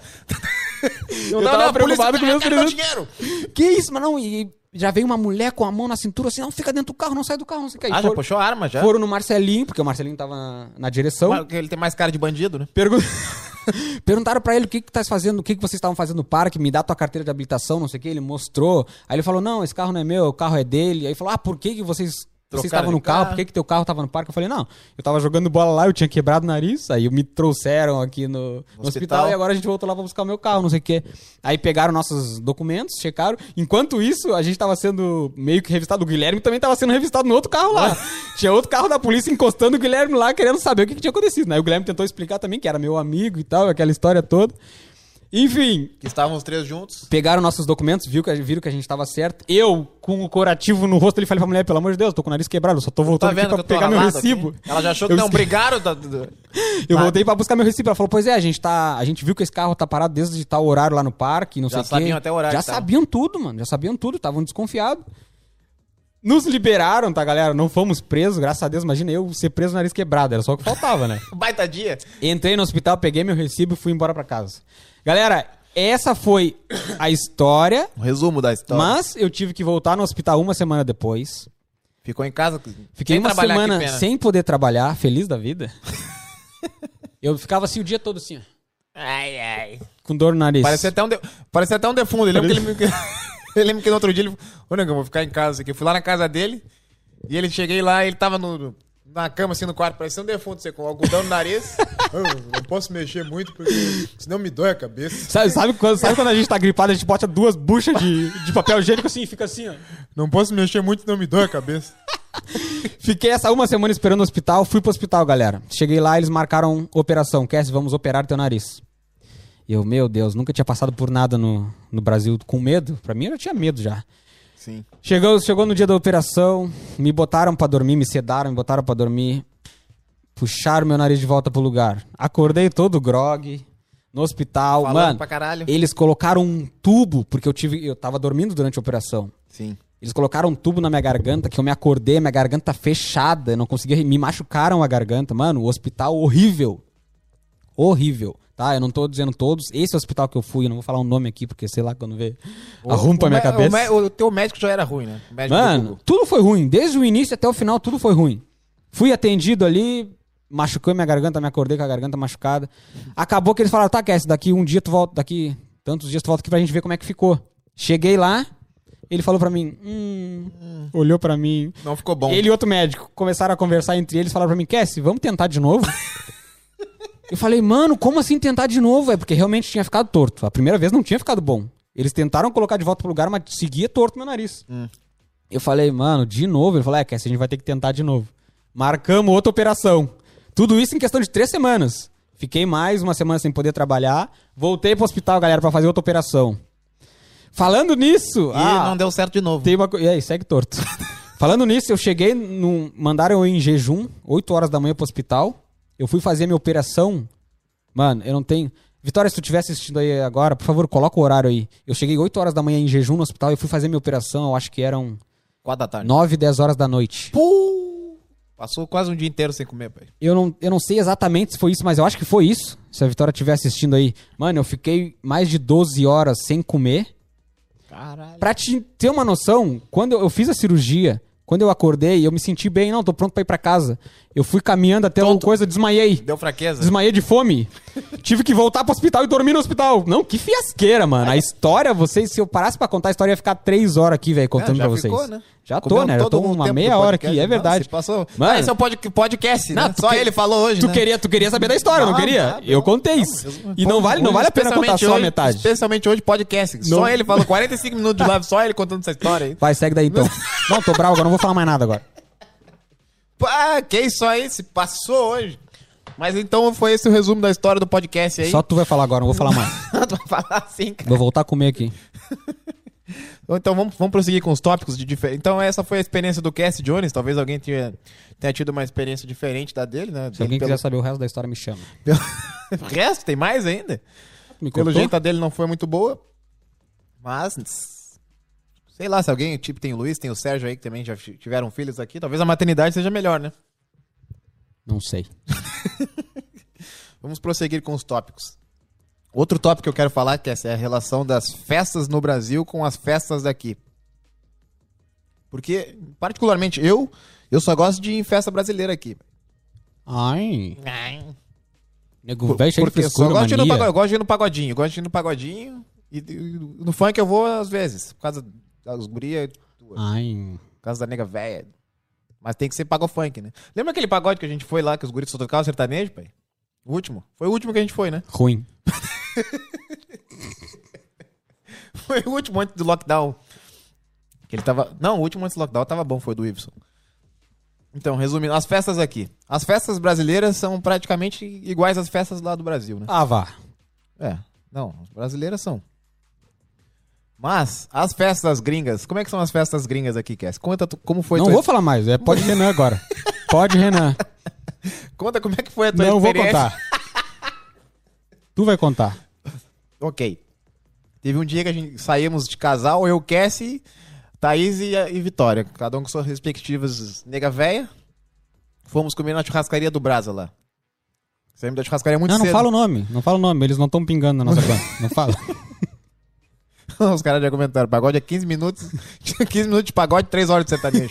eu tava preocupado com ah, meus quero meu filhos. dinheiro. Que isso, mas não. E Já veio uma mulher com a mão na cintura assim, não, fica dentro do carro, não sai do carro, não sei o que. Aí Ah, já foram, puxou a arma já? foram no Marcelinho, porque o Marcelinho tava na, na direção. Claro que Ele tem mais cara de bandido, né? Pergun- Perguntaram pra ele o que que tá fazendo, o que que vocês estavam fazendo no parque, me dá tua carteira de habilitação, não sei o que, ele mostrou. Aí ele falou: "Não, esse carro não é meu, o carro é dele". Aí falou: "Ah, por que que vocês vocês Trocaram estavam de no carro, carro. por que que teu carro tava no parque? Eu falei, não, eu tava jogando bola lá, eu tinha quebrado o nariz, aí me trouxeram aqui no, no hospital. hospital. e agora a gente voltou lá pra buscar o meu carro, não sei o quê. Aí pegaram nossos documentos, checaram. Enquanto isso, a gente tava sendo meio que revistado, o Guilherme também tava sendo revistado no outro carro lá. tinha outro carro da polícia encostando o Guilherme lá, querendo saber o que, que tinha acontecido. né? Aí o Guilherme tentou explicar também que era meu amigo e tal, aquela história toda. Enfim, Que estavam os três juntos. Pegaram nossos documentos, viu que, a- viram que a gente tava certo. Eu, com o corativo no rosto, ele falei pra mulher, pelo amor de Deus, tô com o nariz quebrado, eu só tô voltando Tá vendo aqui que pra eu tô pegar meu ralado aqui? recibo. Ela já achou Eu que tá um não esque- brigaram. tá. Da, da- Eu voltei pra buscar meu recibo. Ela falou, pois é, a gente tá. A gente viu que esse carro tá parado desde tal horário lá no parque, não Já sei o quê. sabiam até o horário Já que tava. sabiam tudo, mano. Já sabiam tudo, estavam desconfiados. Nos liberaram, tá, galera? Não fomos presos, graças a Deus. Imagina eu ser preso, nariz quebrado. Era só o que faltava, né? Baita dia. Entrei no hospital, peguei meu recibo e fui embora pra casa. Galera, essa foi a história. Um resumo da história. Mas eu tive que voltar no hospital uma semana depois. Ficou em casa. Fiquei Sem uma trabalhar, que semana pena. sem poder trabalhar, feliz da vida. eu ficava assim o dia todo assim, ó, Ai, ai. com dor no nariz. Parecia até um, de... Parecia até um defundo. Eu lembro que ele me... eu lembro que no outro dia ele falou, ô, negão, eu vou ficar em casa aqui. Eu fui lá na casa dele e ele cheguei lá ele tava no- no... na cama, assim, no quarto, parecia um defunto, assim, com algodão no nariz. Eu não posso mexer muito porque senão me dói a cabeça. Sabe, sabe quando, sabe quando a gente tá gripado, a gente bota duas buchas de, de papel higiênico assim e fica assim, ó. Não posso mexer muito, não me dói a cabeça. Fiquei essa uma semana esperando o hospital, fui pro hospital, galera. Cheguei lá, eles marcaram operação. Cass, vamos operar teu nariz. E Eu, meu Deus, nunca tinha passado por nada no, no Brasil com medo. Pra mim, eu já tinha medo já. Sim. Chegou, chegou no dia da operação, me botaram pra dormir, me sedaram, me botaram pra dormir. Puxaram meu nariz de volta pro lugar. Acordei todo grog, no hospital. Falando Mano, pra caralho. eles colocaram um tubo, porque eu tive, eu tava dormindo durante a operação. Sim. Eles colocaram um tubo na minha garganta, que eu me acordei, minha garganta fechada, eu não conseguia, me machucaram a garganta, mano, o hospital horrível. Horrível, tá? Eu não tô dizendo todos, esse hospital que eu fui, eu não vou falar o nome aqui, porque sei lá quando vê, arrumpa a minha O mé- cabeça. O, mé- o teu médico já era ruim, né? O médico do Mano, Google. tudo foi ruim. Desde o início até o final, tudo foi ruim. Fui atendido ali, machucou minha garganta, me acordei com a garganta machucada. Acabou que eles falaram, tá, Cass, daqui um dia tu volta, daqui tantos dias tu volta aqui pra gente ver como é que ficou. Cheguei lá, ele falou pra mim, hum, olhou pra mim. Não ficou bom. Ele e outro médico começaram a conversar entre eles, falaram pra mim, Cass, vamos tentar de novo? Eu falei, mano, como assim tentar de novo? É porque realmente tinha ficado torto. A primeira vez não tinha ficado bom. Eles tentaram colocar de volta pro lugar, mas seguia torto meu nariz. Hum. Eu falei, mano, de novo? Ele falou, é, Cass, a gente vai ter que tentar de novo. Marcamos outra operação. Tudo isso em questão de três semanas. Fiquei mais uma semana sem poder trabalhar. Voltei pro hospital, galera, pra fazer outra operação. Falando nisso... E ah, não deu certo de novo. tem uma co- E aí, segue torto. Falando nisso, eu cheguei num. Mandaram eu ir em jejum, 8 horas da manhã pro hospital. Eu fui fazer minha operação. Mano, eu não tenho. Vitória, se tu estiver assistindo aí agora, por favor, coloca o horário aí. Eu cheguei 8 horas da manhã em jejum no hospital, eu fui fazer minha operação, eu acho que eram Quatro da tarde. 9, 10 horas da noite. Pum! Passou quase um dia inteiro sem comer, pai. Eu não, eu não sei exatamente se foi isso, mas eu acho que foi isso. Se a Vitória estiver assistindo aí. Mano, eu fiquei mais de 12 horas sem comer. Caralho. Pra te ter uma noção, quando eu, eu fiz a cirurgia, quando eu acordei, eu me senti bem, não, tô pronto pra ir pra casa. Eu fui caminhando até alguma coisa, desmaiei. Deu fraqueza. Desmaiei de fome. Tive que voltar pro hospital e dormir no hospital. Não, que fiasqueira, mano. A história, vocês, se eu parasse pra contar a história, ia ficar três horas aqui, velho, contando já pra vocês. ficou, né? Já tô, Comeu né? Já todo tô o uma tempo meia do hora podcast, aqui, é não, verdade. se passou. Mano, Ah, esse é o pod podcast, Não, né? tu Só que- ele falou hoje, tu, né? queria, tu queria saber da história, não, Não, queria? não, eu contei. e não vale, não vale a pena contar Especialmente só a hoje- metade. Especialmente hoje, podcast. Não. Só ele falou 45 minutos de live, só ele contando essa história aí. Vai, segue daí então. não, tô bravo, agora não vou falar mais nada agora. Pá, que isso aí? Se passou hoje. Mas então foi esse o resumo da história do podcast aí. Só tu vai falar agora, não vou falar mais. tu vai falar assim, cara. Vou voltar a comer aqui. Então vamos, vamos prosseguir com os tópicos de diferente. Então essa foi a experiência do Cass Jones. Talvez alguém tenha, tenha tido uma experiência diferente da dele, né? Se alguém Pelo- quiser saber o resto da história, me chama. pelo- resto, tem mais ainda. Me Pelo contou? jeito a dele não foi muito boa. Mas. Sei lá, se alguém, tipo, tem o Luiz, tem o Sérgio aí que também já ti- tiveram filhos aqui, talvez a maternidade seja melhor, né? Não sei. Vamos prosseguir com os tópicos. Outro tópico que eu quero falar, que essa é a relação das festas no Brasil com as festas daqui. Porque, particularmente, eu, eu só gosto de ir em festa brasileira aqui. Ai, Ai. nego velho cheio de Porque eu só frescura, gosto de, ir no mania. pago- eu gosto de ir no pagodinho, eu gosto de ir no pagodinho. E, e no funk eu vou às vezes, por causa das gurias, por Ai, causa da nega velha. Mas tem que ser pagode funk, né? Lembra aquele pagode que a gente foi lá, que os guris só tocavam sertanejo, pai? O último. Foi o último que a gente foi, né? ruim. Foi o último antes do lockdown. Que ele tava. Não, o último antes do lockdown tava bom, foi do Iveson. Então, resumindo, as festas aqui. As festas brasileiras são praticamente iguais às festas lá do Brasil, né? Ah, vá. É, não, as brasileiras são. Mas, as festas gringas, como é que são as festas gringas aqui, Cass? Conta tu- como foi não tua, vou falar mais, é pode Renan agora. Pode Renan. Conta como é que foi a tua Não vou experiência. contar. Tu vai contar. Ok. Teve um dia que a gente saímos de casal, eu, Cassie, Thaís e, a- e Vitória. Cada um com suas respectivas nega véia. Fomos comer na churrascaria do Brasa lá. Saímos da churrascaria muito Não, não cedo. fala o nome. Não fala o nome. Eles não estão pingando na nossa conta. Não fala. Os caras já comentaram, pagode é 15 minutos, 15 minutos de pagode, 3 horas de sertanejo.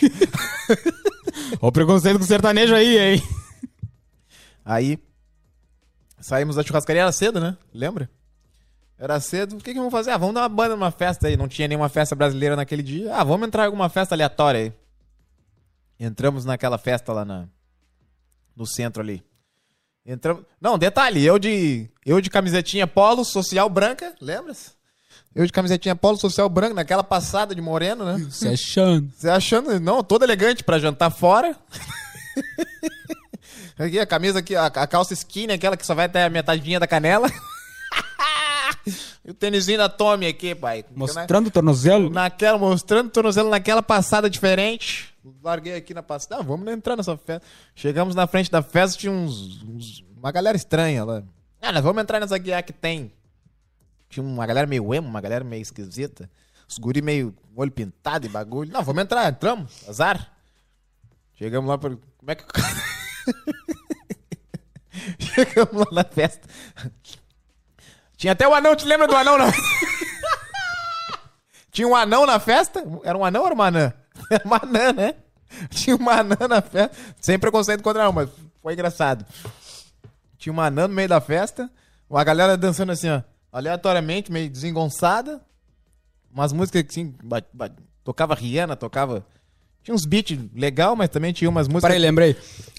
Ó o preconceito com o sertanejo aí, hein? Aí saímos da churrascaria, era cedo, né? Lembra? Era cedo. O que, que vamos fazer? Ah, vamos dar uma banda numa festa aí. Não tinha nenhuma festa brasileira naquele dia. Ah, vamos entrar em alguma festa aleatória aí. Entramos naquela festa lá na, no centro ali. Entramos. Não, detalhe, eu de. Eu de camisetinha polo, social branca, lembra-se? Eu de camisetinha polo, social branca, naquela passada de moreno, né? Se achando. Você achando, não, todo elegante pra jantar fora. aqui, a camisa aqui, a, a calça skinny, aquela que só vai até a metadinha da canela. e o tênisinho da Tommy aqui, pai. é Mostrando o tornozelo. Naquela, mostrando o tornozelo naquela passada diferente. Larguei aqui na passada. Ah, vamos entrar nessa festa. Chegamos na frente da festa, tinha uns, uns- uma galera estranha lá. Ah, nós vamos entrar nessa guia que tem. Tinha uma galera meio emo, uma galera meio esquisita. Os guri meio olho pintado e bagulho. Não, vamos entrar, entramos. Azar. Chegamos lá por. Como é que. Chegamos lá na festa. Tinha até o anão, te lembra do anão? Não? Tinha um anão na festa? Era um anão ou era uma anã? Era uma anã, né? Tinha uma anã na festa. Sem preconceito contra não, mas foi engraçado. Tinha uma anã no meio da festa. Uma galera dançando assim, ó. Aleatoriamente, meio desengonçada. Umas músicas que assim, ba- ba- tocava Rihanna, tocava... Tinha uns beats legal, mas também tinha umas músicas... Peraí, lembrei.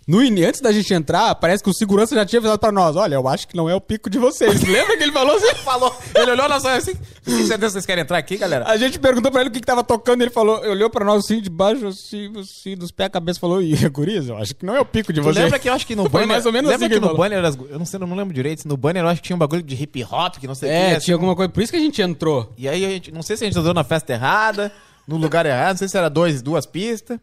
No ini- antes da gente entrar, parece que o segurança já tinha avisado pra nós. Olha, eu acho que não é o pico de vocês. Lembra que ele falou assim? falou. Ele olhou na sala assim. Tem certeza que vocês querem entrar aqui, galera? A gente perguntou pra ele o que, que tava tocando, ele falou, olhou pra nós assim, de baixo, assim, assim, dos pés à cabeça, falou, e gurias, eu acho que não é o pico de Tu vocês. lembra que eu acho que no Foi banner. mais ou menos lembra assim que que, ele no falou. banner. das- eu não sei, eu não lembro direito. se No banner eu acho que tinha um bagulho de hip hop, que não sei o É, que. assim, tinha alguma coisa, por isso que a gente entrou. E aí a gente. Não sei se a gente entrou na festa errada, no lugar errado, não sei se era dois, duas pistas.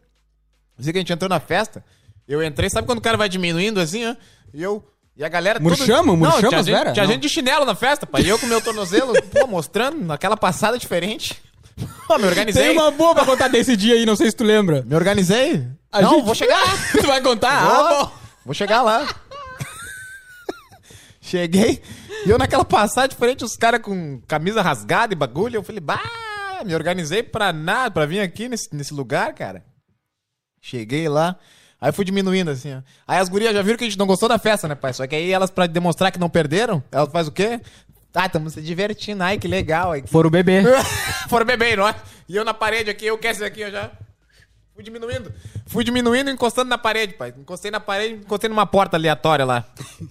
Não sei que a gente entrou na festa. Eu entrei, sabe quando o cara vai diminuindo assim, ó? E eu. E a galera. toda- Murchamos? Murchamos, tinha gente- Vera? Tinha Não. gente de chinelo na festa, pai. E eu com meu tornozelo, pô, mostrando naquela passada diferente. Pô, me organizei. Tem uma boa pra contar desse dia aí, não sei se tu lembra. Me organizei? A não, gente- vou chegar. tu vai contar? Ah, Vou, vou chegar lá. Cheguei, e eu naquela passada diferente, os caras com camisa rasgada e bagulho, eu falei, bah, me organizei pra nada, pra vir aqui nesse, nesse lugar, cara. Cheguei lá, aí fui diminuindo assim, ó. Aí as gurias já viram que a gente não gostou da festa, né, pai? Só que aí elas, pra demonstrar que não perderam, elas faz o quê? Ah, estamos se divertindo, ai, que legal. Aí, Foram beber. Foram beber, não é? E eu na parede aqui, eu quero esse aqui, eu já. Fui diminuindo. Fui diminuindo, encostando na parede, pai. Encostei na parede, encostei numa porta aleatória lá.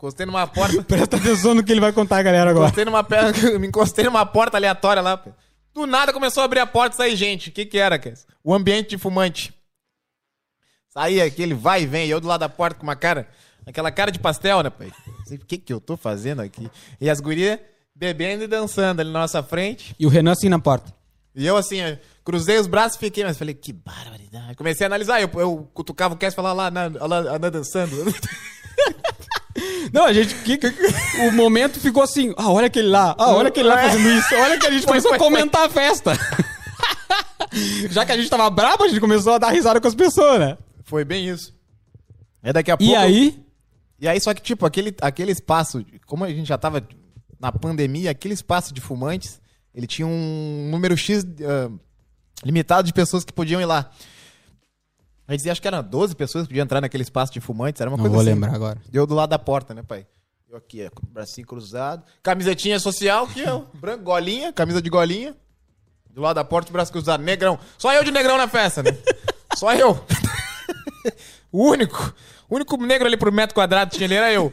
Encostei numa porta. Presta atenção no que ele vai contar, galera, agora. Encostei numa perna, me encostei numa porta aleatória lá. pai. Do nada começou a abrir a porta e sair gente. O que que era, Cass? O ambiente de fumante. Saía aquele vai e vem, e eu do lado da porta com uma cara, aquela cara de pastel, né, pai? Não sei O que que eu tô fazendo aqui? E as gurias bebendo e dançando ali na nossa frente. E o Renan assim na porta. E eu assim, eh, cruzei os braços e fiquei, mas falei, que barbaridade. Comecei a analisar, eu, eu cutucava o Cass e falava lá, Ana, olha lá, a Ana dançando. Não, a gente. que- que- o momento ficou assim. Ah, olha aquele lá. Ah, olha aquele lá É. fazendo isso. Olha que a gente começou a comentar a festa. Já que a gente tava brabo, a gente começou a dar risada com as pessoas, né? Foi bem isso. É daqui a pouco. E aí, E aí, só que, tipo, aquele, aquele espaço, como a gente já tava na pandemia, aquele espaço de fumantes, ele tinha um número X ah, limitado de pessoas que podiam ir lá. Aí dizia, acho que eram 12 pessoas que podiam entrar naquele espaço de fumantes, era uma Não coisa vou assim. lembrar agora. Eu do lado da porta, né, pai? Eu aqui, é, com o bracinho cruzado, camisetinha social, que eu, branco, golinha, camisa de golinha. Do lado da porta, o braço cruzado, negrão. Só eu de negrão na festa, né? Só eu. o único. O único negro ali por metro quadrado tinha ali era eu.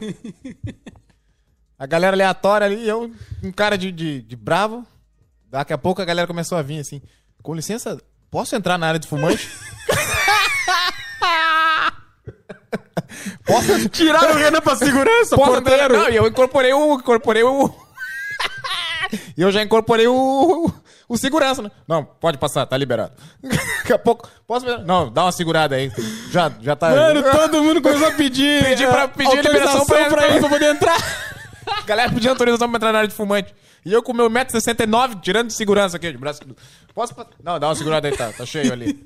A galera aleatória ali, eu, um cara de, de, de bravo. Daqui a pouco a galera começou a vir assim. Com licença, posso entrar na área de fumante? posso, Tiraram o Renan pra segurança, posso entrar? Não, e eu incorporei o. Incorporei o. E eu já incorporei o. O segurança, né? Não, pode passar, tá liberado. Daqui a pouco. Posso. Não, dá uma segurada aí. Já, já tá. Mano, todo mundo começou a pedir. Pedi pra- eh, pedi liberação pra autorização ele. pra poder entrar. Galera pedindo autorização pra entrar na área de fumante. E eu com meu 1,69m, tirando de segurança aqui, de braço. Posso. pa- Não, dá uma segurada aí, tá, tá cheio ali.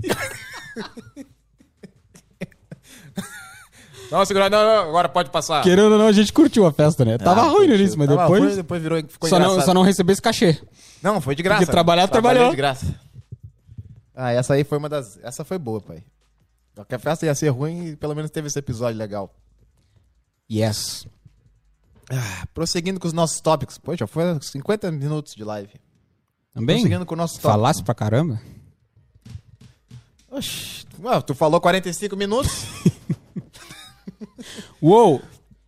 dá uma segurada, não, não, agora pode passar. Querendo ou não, a gente curtiu a festa, né? Tava ruim no início, mas É, Ah, Tava ruim, depois. depois virou, ficou Só não, engraçado. só não recebeu esse cachê. Não, foi de graça. Porque trabalhar, Trabalhei trabalhou. de graça. Ah, essa aí foi uma das. Essa foi boa, pai. Qualquer festa ia ser ruim e pelo menos teve esse episódio legal. Yes. Ah, prosseguindo com os nossos tópicos. Pô, já foi 50 minutos de live. Também? Prosseguindo com o nosso tópico. Falasse pra caramba? Oxi, ué, tu falou 45 minutos? Uou!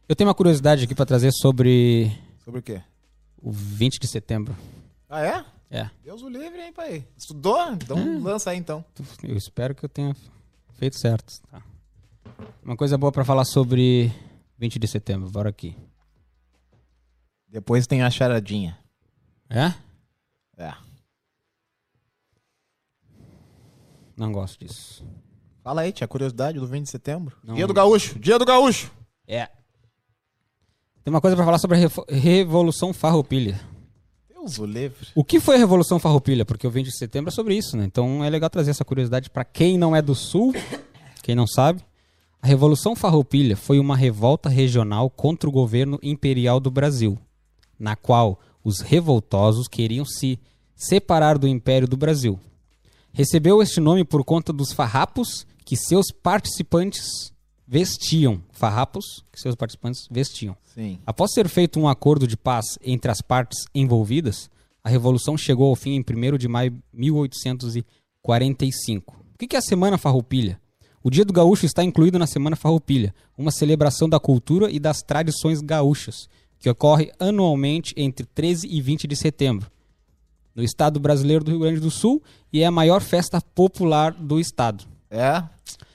Eu tenho uma curiosidade aqui pra trazer sobre Sobre o quê? o 20 de setembro. Ah, é? É. Deus o livre, hein, pai? Estudou? Então Hum. lança aí, então. Eu espero que eu tenha feito certo. tá? Uma coisa boa pra falar sobre 20 de setembro. Bora aqui. Depois tem a charadinha. É? É. Não gosto disso. Fala aí, tia, curiosidade do 20 de setembro. Não. Dia do gaúcho, dia do gaúcho. É. Tem uma coisa pra falar sobre a refo- Revolução Farroupilha. Deus o livre. O que foi a Revolução Farroupilha? Porque o 20 de setembro é sobre isso, né? Então é legal trazer essa curiosidade pra quem não é do Sul, quem não sabe. A Revolução Farroupilha foi uma revolta regional contra o governo imperial do Brasil, na qual os revoltosos queriam se separar do Império do Brasil. Recebeu este nome por conta dos farrapos que seus participantes vestiam. Farrapos que seus participantes vestiam. Sim. Após ser feito um acordo de paz entre as partes envolvidas, a revolução chegou ao fim em 1 de maio de 1845. O que que é a Semana Farroupilha? O Dia do Gaúcho está incluído na Semana Farroupilha, uma celebração da cultura e das tradições gaúchas, que ocorre anualmente entre 13 e 20 de setembro, no estado brasileiro do Rio Grande do Sul, e é a maior festa popular do estado. É.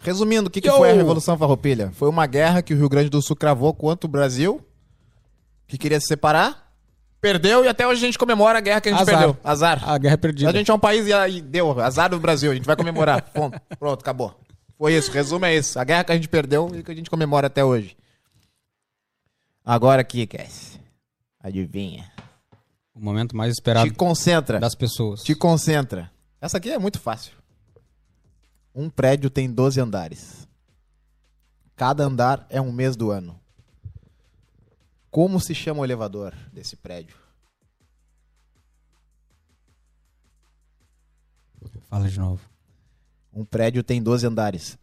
Resumindo, o que, que Yo! foi a Revolução Farroupilha? Foi uma guerra que o Rio Grande do Sul cravou contra o Brasil, que queria se separar, perdeu e até hoje a gente comemora a guerra que a gente Azar. perdeu. Azar. A Guerra Perdida. A gente é um país e aí deu. Azar do Brasil. A gente vai comemorar. Bom, pronto, acabou. Foi isso. Resumo é isso. A guerra que a gente perdeu e que a gente comemora até hoje. Agora aqui, Cass. Adivinha. O momento mais Te esperado concentra. das pessoas. Te concentra. Essa aqui é muito fácil. Um prédio tem 12 andares. Cada andar é um mês do ano. Como se chama o elevador desse prédio? Fala de novo. Um prédio tem 12 andares.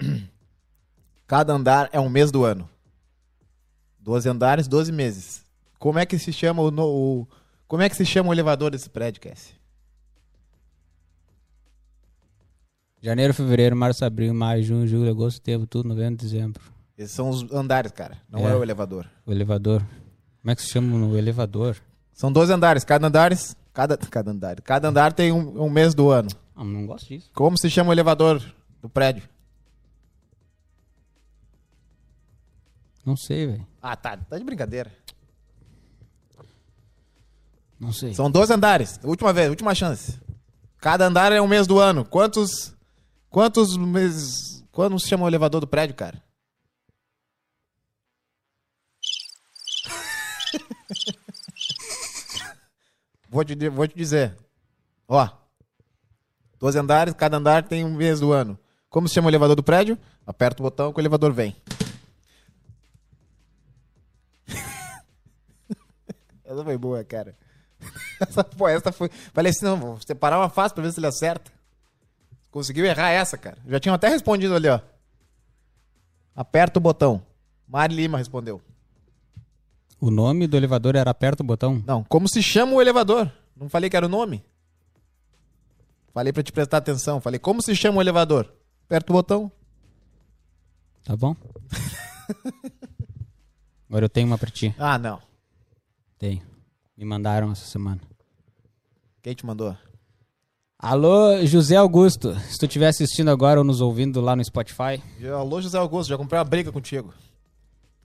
Cada andar é um mês do ano. 12 andares, 12 meses. Como é que se chama o, no- o- como é que se chama o elevador desse prédio, Cassie? Janeiro, fevereiro, março, abril, maio, junho, julho, agosto, setembro, tudo, novembro, dezembro. Esses são os andares, cara. Não é, É. o elevador. O elevador. Como é que se chama no elevador? São 12 andares. Cada andar, cada, cada andar, cada andar tem um, um mês do ano. Ah, não gosto disso. Como se chama o elevador do prédio? Não sei, velho. Ah, tá, tá de brincadeira. Não sei. São 12 andares. Última vez, última chance. Cada andar é um mês do ano. Quantos. Quantos meses. Quando se chama o elevador do prédio, cara? vou, te, di- vou te dizer. Ó. 12 andares, cada andar tem um mês do ano. Como se chama o elevador do prédio? Aperta o botão que o elevador vem. Essa foi boa, cara. Essa, pô, essa foi. Falei assim, não, vou separar uma fácil pra ver se ele acerta. Conseguiu errar essa, cara. Já tinham até respondido ali, ó. Aperta o botão. Mari Lima respondeu. O nome do elevador era aperta o botão? Não, como se chama o elevador? Não falei que era o nome? Falei pra te prestar atenção. Falei, como se chama o elevador? Aperta o botão. Tá bom? Agora eu tenho uma pra ti. Ah, não. Tenho. Me mandaram essa semana. Quem te mandou? Alô, José Augusto. Se tu estiver assistindo agora ou nos ouvindo lá no Spotify, Já- Alô, José Augusto, já comprei uma briga contigo.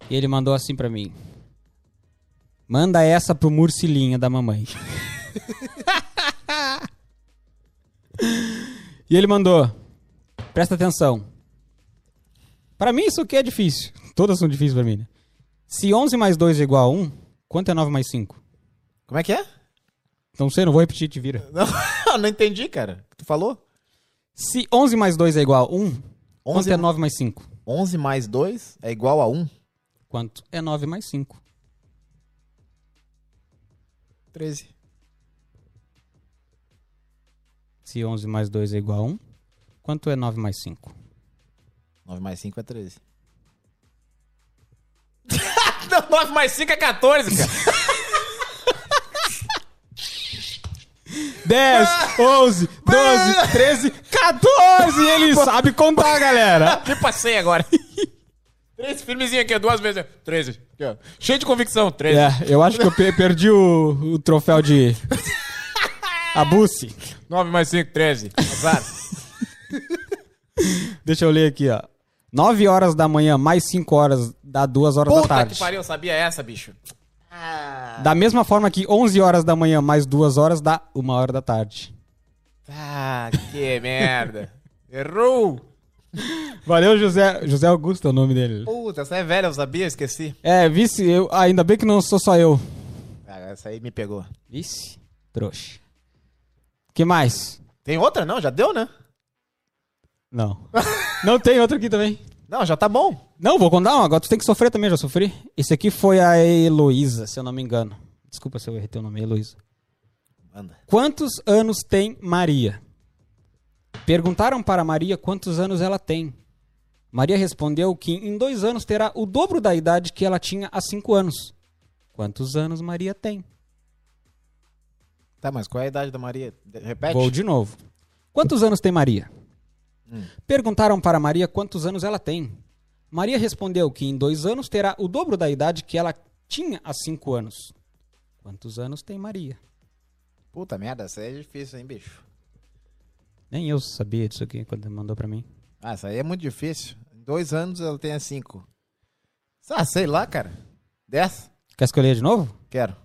e ele mandou assim pra mim. Manda essa pro Murcilinha da mamãe. e ele mandou. Presta atenção. Pra mim isso aqui é difícil. Todas são difíceis pra mim. né? Se 11 mais 2 é igual a 1, quanto é 9 mais 5? Como é que é? Não sei, não vou repetir, te vira. Não, não entendi, cara. O que Tu falou? Se 11 mais 2 é igual a 1, quanto 11 é 9 mais 5? 11 mais 2 é igual a 1? Quanto é 9 mais 5? 13. Se 11 mais 2 é igual a 1, quanto é 9 mais 5? 9 mais 5 é 13. não, 9 mais 5 é 14, cara. 10, 11, 12, 13, 14! Ele sabe contar, galera! Me passei agora. Três firmezinho aqui, duas vezes. 13. Aqui, ó. Cheio de convicção, 13. É, eu acho que eu pe- perdi o, o troféu de. Abusse. 9 mais 5, 13. Azar. Deixa eu ler aqui, ó. 9 horas da manhã mais 5 horas dá 2 horas da Puta tarde. que pariu, eu sabia essa, bicho. Ah, Da mesma forma que 11 horas da manhã mais 2 horas dá 1 hora da tarde. Ah, que merda. Errou. Valeu, José, José Augusto é o nome dele. Puta, essa é velha, eu sabia, eu esqueci. É, vice, eu, ainda bem que não sou só eu. Ah, essa aí me pegou. Vice? Trouxa. que mais? Tem outra? Não, já deu, né? Não. não tem outro aqui também. Não, já tá bom. Não, vou contar um. Agora tu tem que sofrer também, já sofri. Esse aqui foi a Heloísa, se eu não me engano. Desculpa se eu errei teu nome, Heloísa. Manda. Quantos anos tem Maria? Perguntaram para Maria quantos anos ela tem. Maria respondeu que em dois anos terá o dobro da idade que ela tinha há cinco anos. Quantos anos Maria tem? Tá, mas qual é a idade da Maria? De- Repete. Vou de novo. Quantos anos tem Maria? Perguntaram para Maria quantos anos ela tem. Maria respondeu que em dois anos terá o dobro da idade que ela tinha há cinco anos. Quantos anos tem Maria? Puta merda, essa aí é difícil, hein, bicho. Nem eu sabia disso aqui quando mandou para mim. Ah, essa aí é muito difícil. Em dois anos ela tem cinco. Ah, sei lá, cara. Dez? Quer escolher de novo? Quero.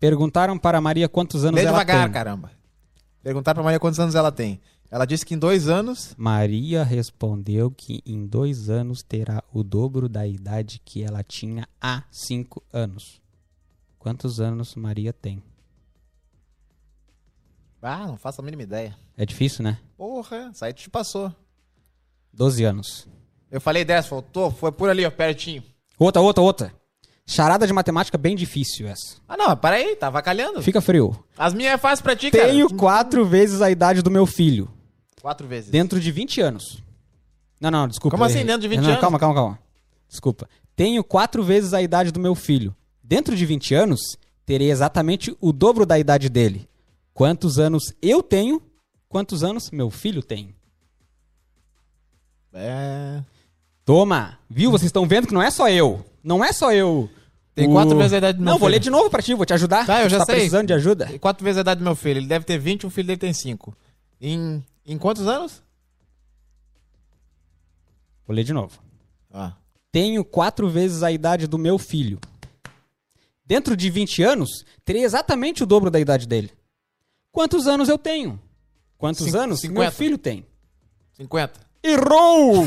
Perguntaram para Maria quantos anos Lê ela devagar, tem. caramba. Perguntar pra Maria quantos anos ela tem. Ela disse que em dois anos. Maria respondeu que em dois anos terá o dobro da idade que ela tinha há cinco anos. Quantos anos Maria tem? Ah, não faço a mínima ideia. É difícil, né? Porra, essa aí te passou. 12 anos. Eu falei dez, faltou, foi por ali, ó, pertinho. Outra, outra, outra. Charada de matemática bem difícil essa. Ah, não, para aí, tá avacalhando. Fica frio. As minhas é fácil pra ti, cara. Tenho quatro vezes a idade do meu filho. Quatro vezes. Dentro de 20 anos. Não, não, desculpa. Como assim, errei. dentro de 20 Não, não, anos? Calma, calma, calma. Desculpa. Tenho quatro vezes a idade do meu filho. Dentro de 20 anos, terei exatamente o dobro da idade dele. Quantos anos eu tenho, quantos anos meu filho tem. É. Toma! Viu? Vocês estão vendo que não é só eu. Não é só eu. Tem O- quatro vezes a idade do meu Não, vou filho. ler de novo pra ti, vou te ajudar. Tá, eu Tu já tá sei. precisando de ajuda? E Quatro vezes a idade do meu filho. Ele deve ter 20, o filho dele tem 5. Em, em quantos anos? Vou ler de novo. Ah. Tenho quatro vezes a idade do meu filho. Dentro de 20 anos, terei exatamente o dobro da idade dele. Quantos anos eu tenho? Quantos Cin- anos meu 50. filho tem? 50. Errou!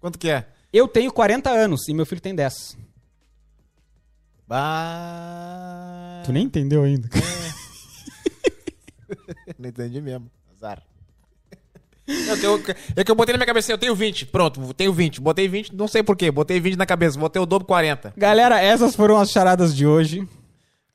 Quanto que é? eu tenho 40 anos e meu filho tem 10. Bah... entendeu ainda. Não entendi mesmo. Azar. É que, eu, é que eu botei na minha cabeça, eu tenho 20. Pronto, tenho 20. Botei 20, não sei porquê. Botei 20 na cabeça, botei o dobro 40. Galera, essas foram as charadas de hoje.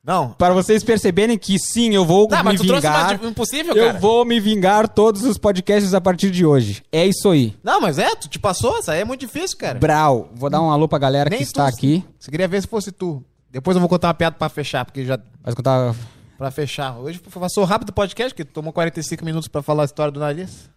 Não. Para vocês perceberem que sim, eu vou Tá, me mas tu trouxe vingar. uma de- impossível, eu cara. vou me vingar todos os podcasts a partir de hoje. É isso aí. Não, mas é, tu te passou, essa aí é muito difícil, cara. Brau. Vou dar um alô pra galera que Nem está tu- aqui. Você queria ver se fosse tu. Depois eu vou contar uma piada pra fechar, porque já. Mas que eu tava... Pra fechar. Hoje passou rápido o podcast, que tomou 45 minutos pra falar a história do nariz.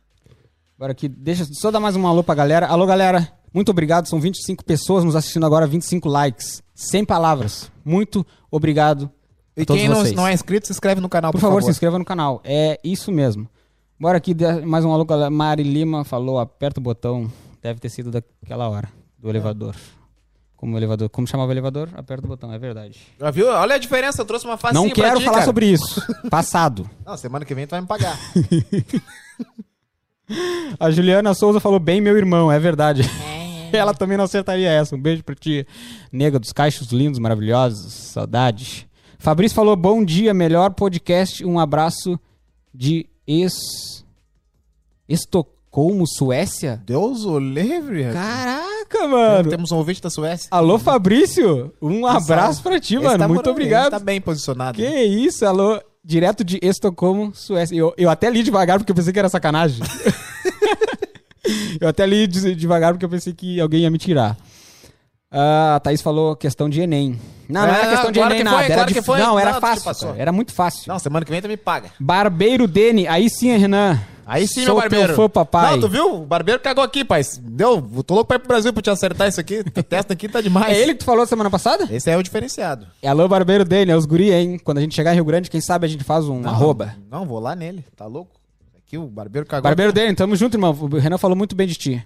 Agora aqui, deixa eu só dar mais um alô pra galera. Alô, galera. Muito obrigado. São 25 pessoas nos assistindo agora, 25 likes. Sem palavras. Muito obrigado. a E todos quem não, vocês. não é inscrito, se inscreve no canal, Por favor, se inscreva no canal. É isso mesmo. Bora aqui, de- mais um alô. galera. Mari Lima falou, aperta o botão. Deve ter sido daquela hora, do elevador. Como o elevador. Como chamava o elevador? Aperta o botão, é verdade. Já viu? Olha a diferença, eu trouxe uma facinha Não pra quero ti, falar cara. sobre isso. Passado. Não, semana que vem tu vai me pagar. A Juliana Souza falou bem meu irmão, é verdade. É. Ela também não acertaria essa. Um beijo pra ti, nega dos caixos lindos, maravilhosos. Saudade. Fabrício falou bom dia, melhor podcast. Um abraço de es... Estocolmo, Suécia? Deus o livre. rapaz. Caraca, mano. Temos um ouvinte da Suécia. Alô, Fabrício. Um abraço pra ti, tá Esse mano. tá Muito morando, obrigado. ele Tá bem posicionado. Que isso, alô. Direto de Estocolmo, Suécia. Eu, eu até li devagar porque eu pensei que era sacanagem. eu até li de- devagar porque eu pensei que alguém ia me tirar. Ah, a Thaís falou questão de Enem. Não, não É, era questão de claro Enem, que nada. foi, era claro dif- que foi. Não, era Não, tu te fácil. passou. cara, Era muito fácil. Não, semana que vem tu me paga. Barbeiro Dene, aí sim, é Renan. Aí sim, Sou meu barbeiro. teu fã, papai. Não, tu viu? O barbeiro cagou aqui, pai. Deu, tô louco pra ir pro Brasil pra te acertar isso aqui. Teu testa aqui tá demais. É ele que tu falou semana passada? Esse é o diferenciado. Alô, Barbeiro Dene, é os guri, hein? Quando a gente chegar em Rio Grande, quem sabe a gente faz um arroba. Não, vou lá nele. Tá louco? Aqui o barbeiro cagou. Barbeiro Dene, tamo junto, irmão. O Renan falou muito bem de ti.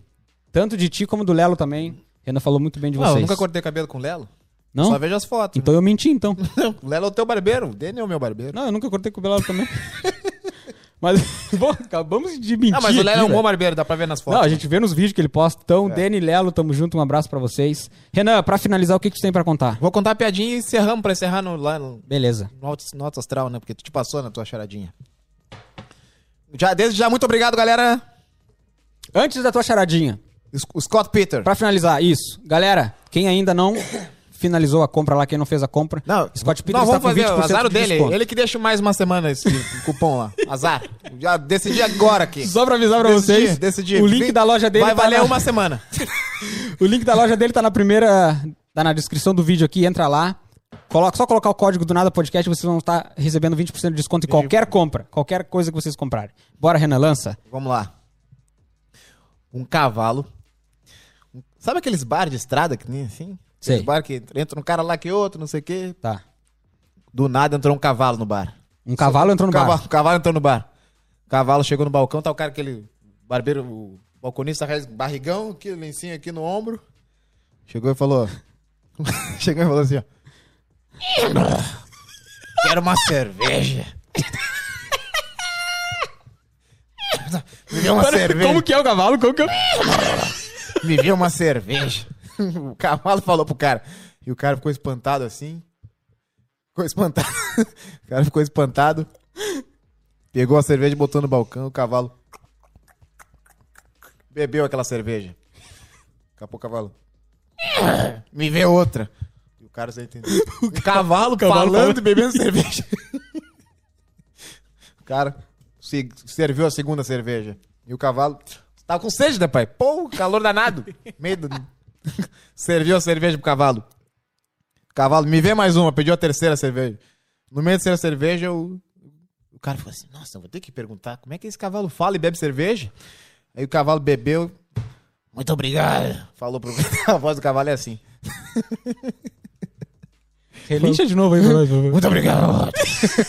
Tanto de ti como do Lelo também. Renan falou muito bem de Não, vocês. eu nunca cortei cabelo com o Lelo. Não? Só vejo as fotos. né? Então eu menti, então. O Lelo é o teu barbeiro. O Dene é o meu barbeiro. Não, eu nunca cortei com o Belado também. mas, bom, acabamos de mentir. Ah, mas o Lelo é aqui, um bom velho. barbeiro. É. Dá pra ver nas Não, fotos. a gente vê nos vídeos que ele posta. Então, Dene e Lelo, tamo junto, um abraço pra vocês. Renan, pra finalizar, o que, que tu tem pra contar? Vou contar a piadinha e encerramos pra encerrar no, lá no, Beleza. no alto, no alto astral, né? Porque tu te passou na tua charadinha. Já, desde já, muito obrigado, galera. Antes da tua charadinha, Es- o Scott Peter. pra finalizar, isso. Galera, quem ainda não finalizou a compra lá, quem não fez a compra, Não, Scott Peters não, tá vamos com fazer 20% o azar de dele. desconto. Ele que deixa mais uma semana esse cupom lá. Azar. Já decidi agora aqui. Só pra avisar pra Decidi, vocês, decidi. o link Vem- da loja dele Vai tá valer na- uma semana. O link da loja dele tá na primeira. Tá na descrição do vídeo aqui, entra lá. Coloca, só colocar o código do Nada Podcast, vocês vão estar recebendo 20% de desconto em qualquer compra, qualquer coisa que vocês comprarem. Bora, Renan, lança. Vamos lá. Um cavalo. Um- Sabe aqueles bar de estrada que nem assim? Sei. Aqueles bar que entra um cara lá que outro, não sei o quê. Tá. Do nada entrou um cavalo no bar. Um cavalo entrou no cavalo, bar. cavalo entrou no bar. Cavalo chegou no balcão, tá o cara, aquele barbeiro, o balconista, aquele barrigão, aquele lencinho aqui no ombro. Chegou e falou. chegou e falou assim, ó. Quero uma cerveja. Me deu uma cerveja. que é o cavalo? Como que é? Me deu uma cerveja. O cavalo falou pro cara. E o cara ficou espantado assim. Ficou espantado. O cara ficou espantado. Pegou a cerveja e botou no balcão. O cavalo. Bebeu aquela cerveja. Daqui a pouco o cavalo. Me vê outra. E o cara já entendeu. O cavalo, falando e bebendo cerveja. O cara se- serviu a segunda cerveja. E o cavalo. Tava com sede, né, pai? Pô, calor danado. Medo. serviu a cerveja pro cavalo. Cavalo, me vê mais uma, pediu a terceira cerveja. No meio da terceira cerveja, o, o cara ficou assim: Nossa, eu vou ter que perguntar como é que esse cavalo fala e bebe cerveja. Aí o cavalo bebeu. Muito obrigado. Falou pro. a voz do cavalo é assim: Relincha de novo aí pra nós, por favor. Muito obrigado.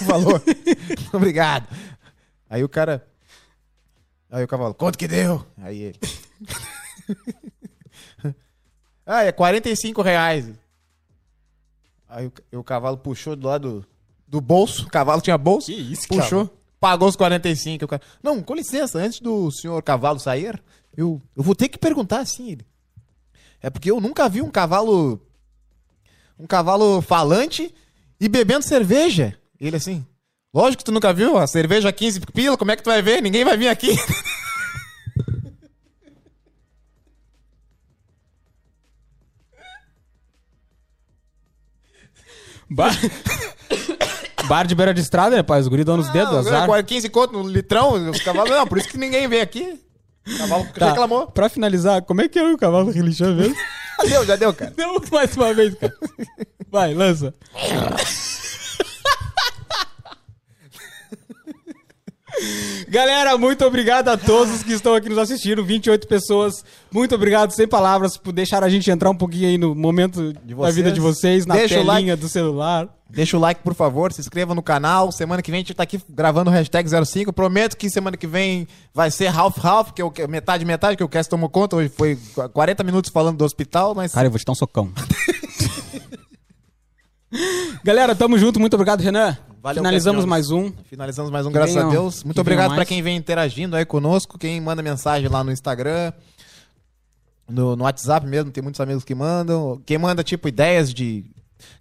Falou. Muito obrigado. Aí o cara. Aí o cavalo, quanto que deu? Aí ele. ah, é 45 reais. Aí o, e o cavalo puxou do lado do bolso. O cavalo tinha bolso. Que isso, Puxou. Pagou os 45. O cara, Não, com licença, antes do senhor cavalo sair, eu, eu vou ter que perguntar assim. Ele. É porque eu nunca vi um cavalo um cavalo falante e bebendo cerveja. E ele assim, lógico que tu nunca viu, a cerveja 15 pila, como é que tu vai ver? Ninguém vai vir aqui. Bah. Bar de beira de estrada, né, pai? Os guri dão nos dedos, Não, é azar. agora 15 conto no litrão, os cavalos. Não, por isso que ninguém vem aqui. O cavalo Tá, reclamou. Pra finalizar, como é que é o cavalo relinchando mesmo? Já deu, já deu, cara. Não, mais uma vez, cara. Vai, lança. Galera, muito obrigado a todos que estão aqui nos assistindo, 28 pessoas. Muito obrigado, sem palavras, por deixar a gente entrar um pouquinho aí no momento da vocês. vida de vocês, na Deixa o telinha like. do celular. Deixa o like, por favor, se inscreva no canal. Semana que vem a gente tá aqui gravando o hashtag 05. Prometo que semana que vem vai ser half-half, que eu, que- metade, metade, que o Cast tomou conta. Hoje foi 40 minutos falando do hospital, mas. Cara, eu vou te dar um socão. Galera, tamo junto, muito obrigado, Renan. Valeu, Finalizamos campeões. mais um. Finalizamos mais um, graças venham- a Deus. Muito que obrigado venham pra mais. quem vem interagindo aí conosco, quem manda mensagem lá no Instagram, no, no WhatsApp mesmo, tem muitos amigos que mandam. Quem manda, tipo, ideias de.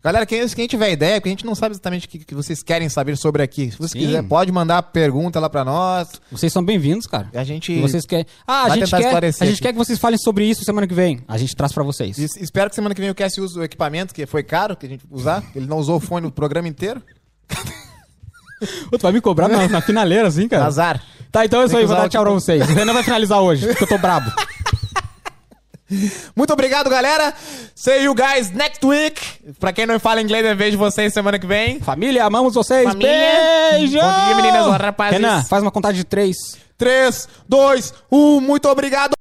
Galera, quem, quem tiver ideia, porque a gente não sabe exatamente o que, que vocês querem saber sobre aqui. Se vocês Sim. quiserem, pode mandar pergunta lá pra nós. Vocês são bem-vindos, cara. A gente. E vocês querem. Ah, a Vai gente, tentar quer, esclarecer a gente aqui. quer que vocês falem sobre isso semana que vem. A gente traz pra vocês. Es- Espero que semana que vem o Cass use o equipamento, que foi caro, que a gente usar. Ele não usou o fone o programa inteiro. Ô, Tu vai me cobrar na, na finaleira, assim, cara. Azar. Tá, então é isso Tem aí. que Vou usar dar o tchau pra vocês. O Renan vai finalizar hoje, porque eu tô brabo. Muito obrigado, galera. See you guys next week. Pra quem não fala inglês, eu vejo vocês semana que vem. Família, amamos vocês. Família. Beijo! Bom dia, meninas, rapazes. Renan, faz uma contagem de três. 3, 2, 1, muito obrigado.